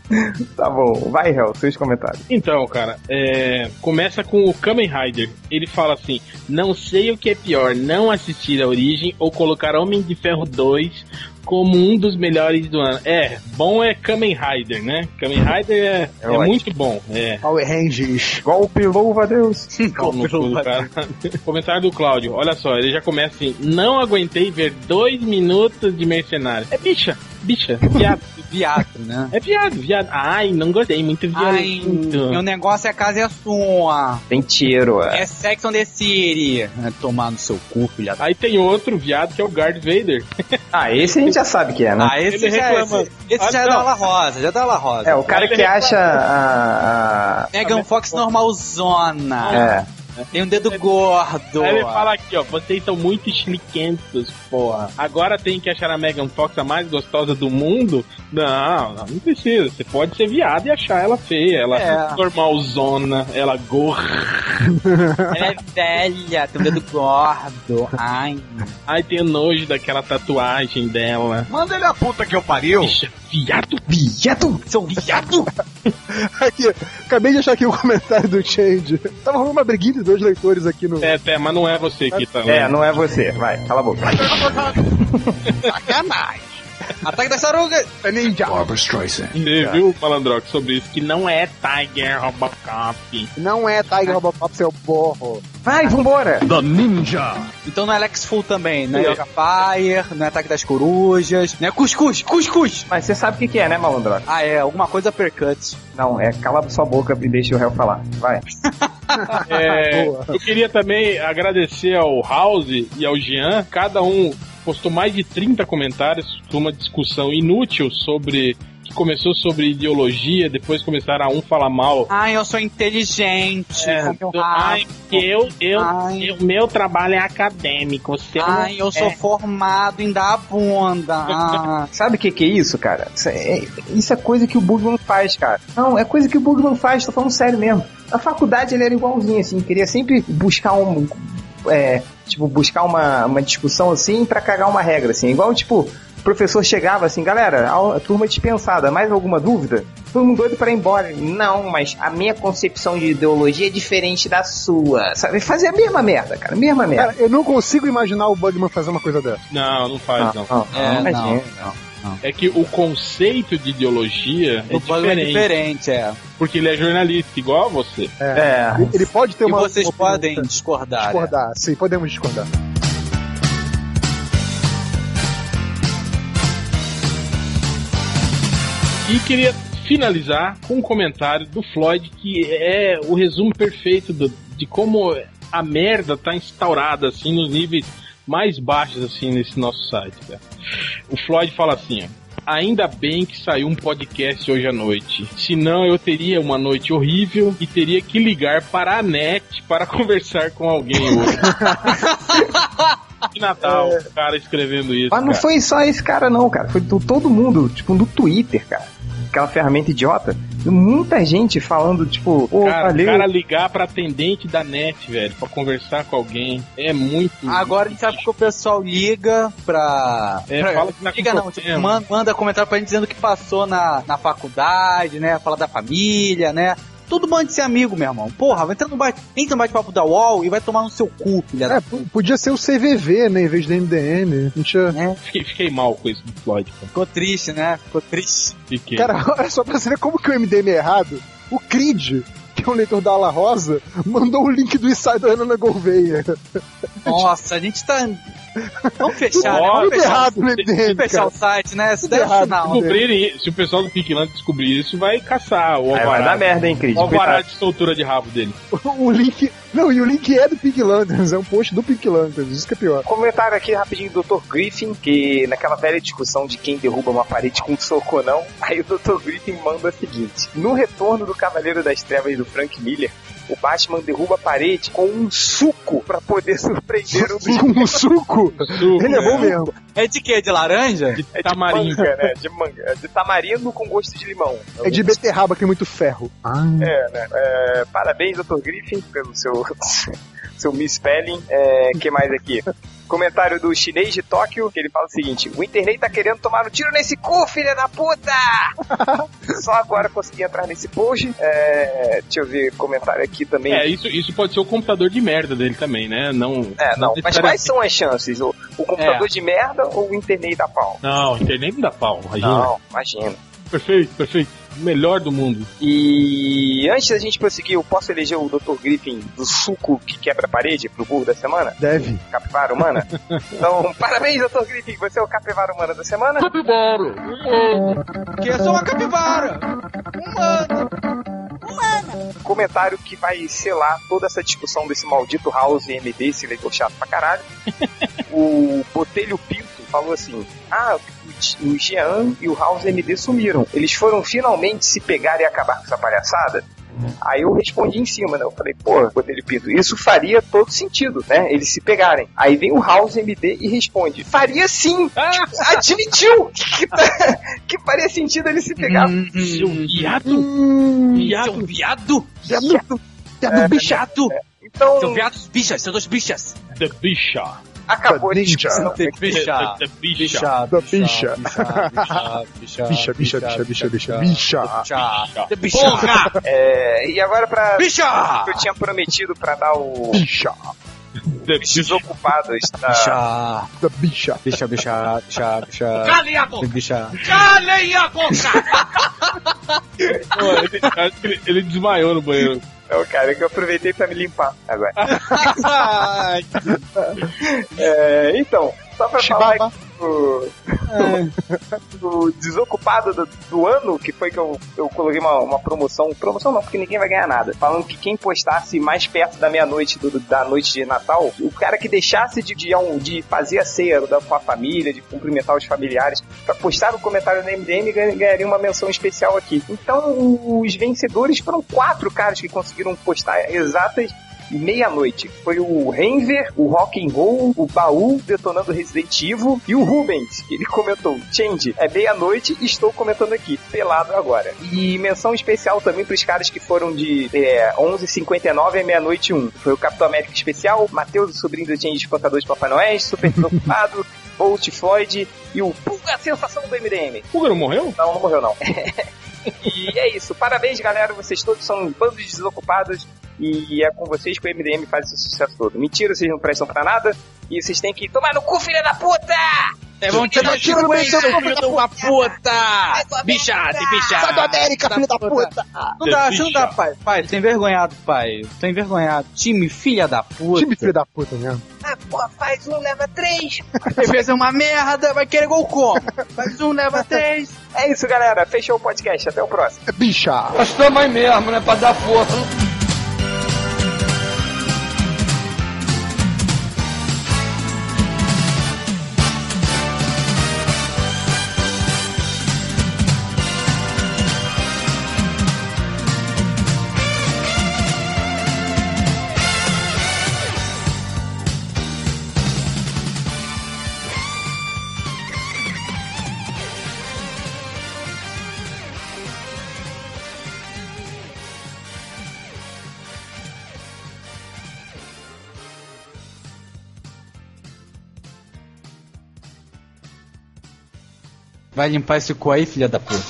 Speaker 4: Tá bom, vai, Hel, seus comentários.
Speaker 2: Então, cara, é, começa com o Kamen Rider. Ele fala assim: Não sei o que é pior, não assistir a Origem ou colocar Homem de Ferro 2 como um dos melhores do ano. É, bom é Kamen Rider, né? Kamen Rider é, é
Speaker 4: ótimo.
Speaker 2: muito bom. É.
Speaker 3: Power Rangers.
Speaker 4: Golpe, louva a Deus.
Speaker 2: Pau no cu do cara. Comentário do Cláudio. Olha só, ele já começa assim: Não aguentei ver dois minutos de mercenário. É bicha, bicha, viado.
Speaker 1: Viado, né?
Speaker 2: É viado, viado. Ai, não gostei, muito
Speaker 1: Ai,
Speaker 2: violento.
Speaker 1: meu negócio é casa e a sua.
Speaker 4: Tem tiro, é.
Speaker 1: É Sex on the City. É, Tomar no seu cu, filha da
Speaker 2: Aí tem outro viado que é o Guard Vader.
Speaker 4: Ah, esse a gente já sabe que é, né?
Speaker 1: Ah, esse
Speaker 2: Ele
Speaker 1: já,
Speaker 2: reclama.
Speaker 1: esse, esse
Speaker 2: Ah,
Speaker 1: já é
Speaker 2: não.
Speaker 1: da Ala Rosa, já é da Ala Rosa.
Speaker 4: É, o cara que acha a. a-
Speaker 1: Megan Fox normalzona.
Speaker 4: é.
Speaker 1: Tem um dedo gordo.
Speaker 2: Aí ele fala aqui, ó, vocês são muito chiliquentos, porra. Agora tem que achar a Megan Fox a mais gostosa do mundo? Não, não, não precisa. Você pode ser viado e achar ela feia, ela
Speaker 1: É.
Speaker 2: normalzona, ela gorra.
Speaker 1: Ela é velha, tem um dedo gordo. Ai.
Speaker 2: Aí tem nojo daquela tatuagem dela.
Speaker 6: Manda ele a puta que eu pariu.
Speaker 2: Bicha, viado.
Speaker 4: Viado!
Speaker 1: São viado?
Speaker 3: Aqui, acabei de achar aqui o comentário do Change. Tava rolando uma briguinha de dois leitores aqui no.
Speaker 2: É, é, mas não é você que tá
Speaker 4: É,
Speaker 2: lendo.
Speaker 4: não é você. Vai, cala a boca.
Speaker 1: Ataque das tarugas.
Speaker 3: É ninja.
Speaker 2: Você viu, Malandrox, sobre isso, que não é Tiger Robocop.
Speaker 3: Não é Tiger Robocop, seu borro.
Speaker 4: Vai, vambora!
Speaker 1: Então não é Alex Full também, não é Yoga Fire, não é Ataque das Corujas, não é Cuscuz, Cuscuz.
Speaker 4: Mas você sabe o que, que é, né, malandro?
Speaker 1: Ah, é, alguma coisa percut.
Speaker 4: Não, é cala sua boca e deixa o réu falar. Vai.
Speaker 2: É,
Speaker 3: Boa.
Speaker 2: eu queria também agradecer ao House e ao Jean, cada um postou mais de 30 comentários, uma discussão inútil sobre começou sobre ideologia, depois começaram a um falar mal.
Speaker 1: Ai, eu sou inteligente.
Speaker 2: É,
Speaker 1: como eu
Speaker 2: do-
Speaker 1: raspo.
Speaker 2: ai, eu, eu,
Speaker 1: Ai.
Speaker 2: eu- meu trabalho é acadêmico. o seu
Speaker 1: Ai, eu sou
Speaker 2: é.
Speaker 1: formado em dar a bunda. Ah.
Speaker 4: Sabe o que, que é isso, cara? Isso é, isso é coisa que o Bugman faz, cara. Não, é coisa que o Bugman faz, tô falando sério mesmo. Na faculdade ele era igualzinho, assim, queria sempre buscar um. É, tipo, buscar uma, uma discussão assim pra cagar uma regra, assim. Igual, tipo, o professor chegava assim, galera, a, a turma dispensada, mais alguma dúvida? Todo mundo doido pra ir embora. Ele, Não, mas a minha concepção de ideologia é diferente da sua. Sabe? Fazia a mesma merda, cara, a mesma merda.
Speaker 3: Cara, eu não consigo imaginar o Bugman fazer uma coisa dessa.
Speaker 2: Não, não faz, não.
Speaker 1: É, não,
Speaker 4: Ah, imagina.
Speaker 2: É que o conceito de ideologia é
Speaker 1: O bug é
Speaker 2: diferente,
Speaker 1: diferente, é.
Speaker 2: Porque ele é jornalista, igual a você.
Speaker 4: É.
Speaker 3: Ele- Ele pode ter
Speaker 1: e
Speaker 3: uma.
Speaker 1: vocês
Speaker 3: uma opinião
Speaker 1: podem
Speaker 3: diferente.
Speaker 1: discordar. é.
Speaker 3: discordar. Sim, podemos discordar.
Speaker 2: E queria finalizar com um comentário do Floyd, que é o resumo perfeito do- de como a merda tá instaurada, assim, nos níveis mais baixos, assim, nesse nosso site, cara. O Floyd fala assim, ó. Ainda bem que saiu um podcast hoje à noite. Senão eu teria uma noite horrível e teria que ligar para a net para conversar com alguém hoje. que Natal, o cara escrevendo isso.
Speaker 4: Mas não
Speaker 2: cara.
Speaker 4: foi só esse cara, não, cara. Foi do todo mundo, tipo, do Twitter, cara. Aquela ferramenta idiota. Muita gente falando, tipo, ô,
Speaker 2: Cara, o
Speaker 4: valeu.
Speaker 2: cara ligar pra atendente da net, velho, pra conversar com alguém, é muito.
Speaker 1: Agora a gente sabe que o pessoal liga pra.
Speaker 2: É,
Speaker 1: pra-
Speaker 2: fala que tá com
Speaker 1: liga não,
Speaker 2: problema.
Speaker 1: tipo, man- manda comentário pra gente dizendo que passou na, na faculdade, né? Fala da família, né? Todo mundo de ser amigo, meu irmão. Porra, vai entrar no bate, entra no bate-papo da UOL e vai tomar no seu cu, filha da
Speaker 3: É, p- podia ser o CVV, né? Em vez do MDM. Não tinha.
Speaker 2: Fiquei, fiquei mal com isso do Floyd, cara.
Speaker 1: né? Ficou triste, né? Ficou triste.
Speaker 2: Fiquei.
Speaker 3: Cara, olha só pra você ver como que o MDM é errado. O Creed, que é um leitor da Ala Rosa, mandou o link do Inside da Ana Gouveia.
Speaker 1: Nossa, a gente tá. Vamos fechar, né?
Speaker 2: Ó,
Speaker 1: Vamos
Speaker 3: Tudo
Speaker 1: fechar,
Speaker 3: errado no MDM,
Speaker 1: vamos fechar
Speaker 3: cara.
Speaker 1: o site, né? Isso
Speaker 3: Tudo
Speaker 1: daí é o
Speaker 3: errado,
Speaker 1: final.
Speaker 2: se, descobrirem- se o pessoal do Pinkland descobrir isso, vai caçar o
Speaker 4: Aí vai dar
Speaker 2: Alvará.
Speaker 4: merda, hein, Cris?
Speaker 2: O Alvará
Speaker 4: Coitado.
Speaker 2: de soltura de rabo dele.
Speaker 3: O link... Não, e o link é do Pig Lanterns, é um post do Pig Lanterns, isso que é pior.
Speaker 4: Um Comentário aqui rapidinho do Dr. Griffin, que naquela velha discussão de quem derruba uma parede com um soco ou não, aí o Dr. Griffin manda o seguinte: No retorno do Cavaleiro das Trevas do Frank Miller, o Batman derruba a parede com um suco pra poder surpreender um dos
Speaker 3: Um suco?
Speaker 2: Suco,
Speaker 3: Ele é bom
Speaker 2: né?
Speaker 3: mesmo. tipo
Speaker 1: É de quê? De laranja?
Speaker 2: De
Speaker 4: É de
Speaker 2: tamarindo.
Speaker 4: manga, né? De manga. De tamarindo com gosto de limão.
Speaker 3: É de beterraba que tem muito ferro.
Speaker 4: É, né? É, parabéns, Dr. Griffin, pelo seu, seu misspelling. É, que mais aqui? Comentário do chinês de Tóquio, que ele fala o seguinte: O internet tá querendo tomar um tiro nesse cu, filha da puta! Só agora consegui entrar nesse post. É, deixa eu ver comentário aqui também.
Speaker 2: É, isso, isso pode ser o computador de merda dele também, né? Não. É.
Speaker 4: É, não. Mas quais
Speaker 2: necessariamente-
Speaker 4: são as chances? O, o computador de merda ou o internet da pau?
Speaker 2: Não, internet não dá pau. Imagina.
Speaker 4: Não, imagina.
Speaker 2: Perfeito, perfeito. O melhor do mundo.
Speaker 4: E antes da gente prosseguir, eu posso eleger o Dr. Griffin do suco que quebra a parede pro burro da semana?
Speaker 3: Deve.
Speaker 4: Capivara humana? então, parabéns, Dr. Griffin, você é o capivara humana da semana.
Speaker 1: Porque eu sou uma capivara.
Speaker 4: Comentário que vai selar toda essa discussão desse maldito House MD, esse leitor chato pra caralho. o Botelho Pinto falou assim: Ah, o o Jean e o House MD sumiram. Eles foram finalmente se pegar e acabar com essa palhaçada? Aí eu respondi em cima, né? Eu falei, pô, Botelho Pinto, isso faria todo sentido, né? Eles se pegarem. Aí vem o House MD e responde: Faria sim! Tipo, Admitiu que, tá- que faria sentido eles se pegar.
Speaker 2: Seu viado,
Speaker 1: um
Speaker 7: Seu viado!
Speaker 3: É,
Speaker 7: Bichado!
Speaker 1: né?
Speaker 4: Então,
Speaker 7: Seu viado, bichas, seus dois bichas!
Speaker 2: the bicha.
Speaker 4: acabou de
Speaker 3: Ninja.
Speaker 4: discussão.
Speaker 1: Tem que fechar.
Speaker 2: The bicha.
Speaker 1: Bicha,
Speaker 3: Da
Speaker 1: bicha,
Speaker 3: bicha.
Speaker 1: bicha,
Speaker 3: Bicha, bicha, bicha, bicha, bicha. Bicha.
Speaker 1: bicha. bicha.
Speaker 7: Porra!
Speaker 4: É, e agora pra.
Speaker 7: Bicha!
Speaker 4: que Eu tinha prometido pra dar o
Speaker 3: Bicha.
Speaker 2: The
Speaker 4: os desocupados da.
Speaker 1: Bicha,
Speaker 3: Da bicha.
Speaker 1: bicha, bicha, bicha, bicha,
Speaker 7: Calem a boca!
Speaker 1: bicha.
Speaker 7: Calem a boca!
Speaker 2: Pô, ele, acho que ele- ele desmaiou no banheiro.
Speaker 4: É o cara que eu aproveitei pra me limpar agora.
Speaker 1: Ai,
Speaker 4: É, então, só pra falar.
Speaker 3: Chibaba.
Speaker 4: o, o desocupado do, do ano, que foi que eu, eu coloquei uma, uma promoção. Promoção não, porque ninguém vai ganhar nada. Falando que quem postasse mais perto da meia-noite do- do- da noite de Natal, o cara que deixasse de, de, de fazer a ceia da- com a família, de cumprimentar os familiares, pra postar um comentário no MDM ganha- ganharia uma menção especial aqui. Então, os vencedores foram quatro caras que conseguiram postar é exatas meia-noite. Foi o Renver, o Rock and Roll, o Baú detonando Resident Evil e o Rubens. Ele comentou: Change, é meia-noite e estou comentando aqui, pelado agora. E menção especial também para os caras que foram de é, 11h59 a meia-noite 1. Foi o Capitão América Especial, Matheus, o sobrinho do Change, espantador de Papai Noel, super preocupado. Bolt Floyd e o Pulga a Sensação do MDM.
Speaker 2: Pulga não morreu?
Speaker 4: Não, não morreu não. e é isso. Parabéns, galera. Vocês todos são um bando de desocupados. E é com vocês que o MDM faz esse sucesso todo. Mentira, vocês não prestam pra nada. E vocês têm que tomar no cu, filha da puta!
Speaker 7: É, vamos
Speaker 4: Tira
Speaker 7: tirar
Speaker 4: tiro
Speaker 7: tiro
Speaker 4: no
Speaker 7: bem,
Speaker 4: seu
Speaker 7: seu filho de uma puta! Bichasse, bichasse!
Speaker 3: América, filho da puta!
Speaker 1: Não dá,
Speaker 2: Bicha.
Speaker 1: você não dá, pai. Pai, tô envergonhado, pai. Tô envergonhado. Time, filha da puta.
Speaker 3: Time filho da puta mesmo.
Speaker 1: Defesa é uma merda, vai querer gol como? Faz um, leva três.
Speaker 4: É isso, galera. Fechou o podcast. Até o próximo.
Speaker 3: É bicha!
Speaker 9: Mas também mesmo, né? Pra dar força.
Speaker 1: Vai limpar esse cu aí, filha da puta.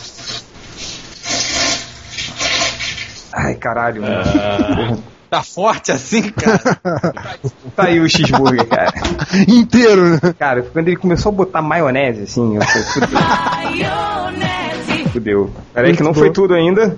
Speaker 4: Ai, caralho.
Speaker 3: É.
Speaker 1: Tá forte assim, cara?
Speaker 4: Tá aí o cheeseburger, cara.
Speaker 3: Inteiro, né?
Speaker 4: Cara, quando ele começou a botar maionese, assim, eu falei, fudeu. fudeu. Peraí que não foi tudo ainda.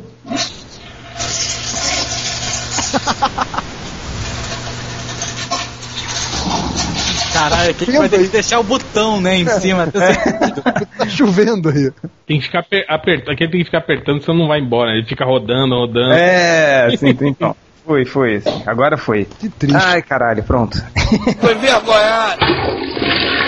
Speaker 1: Caralho, que a gente vai ter que deixar o botão, né, em cima.
Speaker 3: Tá chovendo aí.
Speaker 2: Tem que ficar aper- apertando. Aqui tem que ficar apertando, senão não vai embora. né? Ele fica rodando, rodando.
Speaker 4: É, sim, então. Foi, foi. Agora foi.
Speaker 3: Que triste.
Speaker 4: Ai, caralho, pronto.
Speaker 9: Foi vergonhado.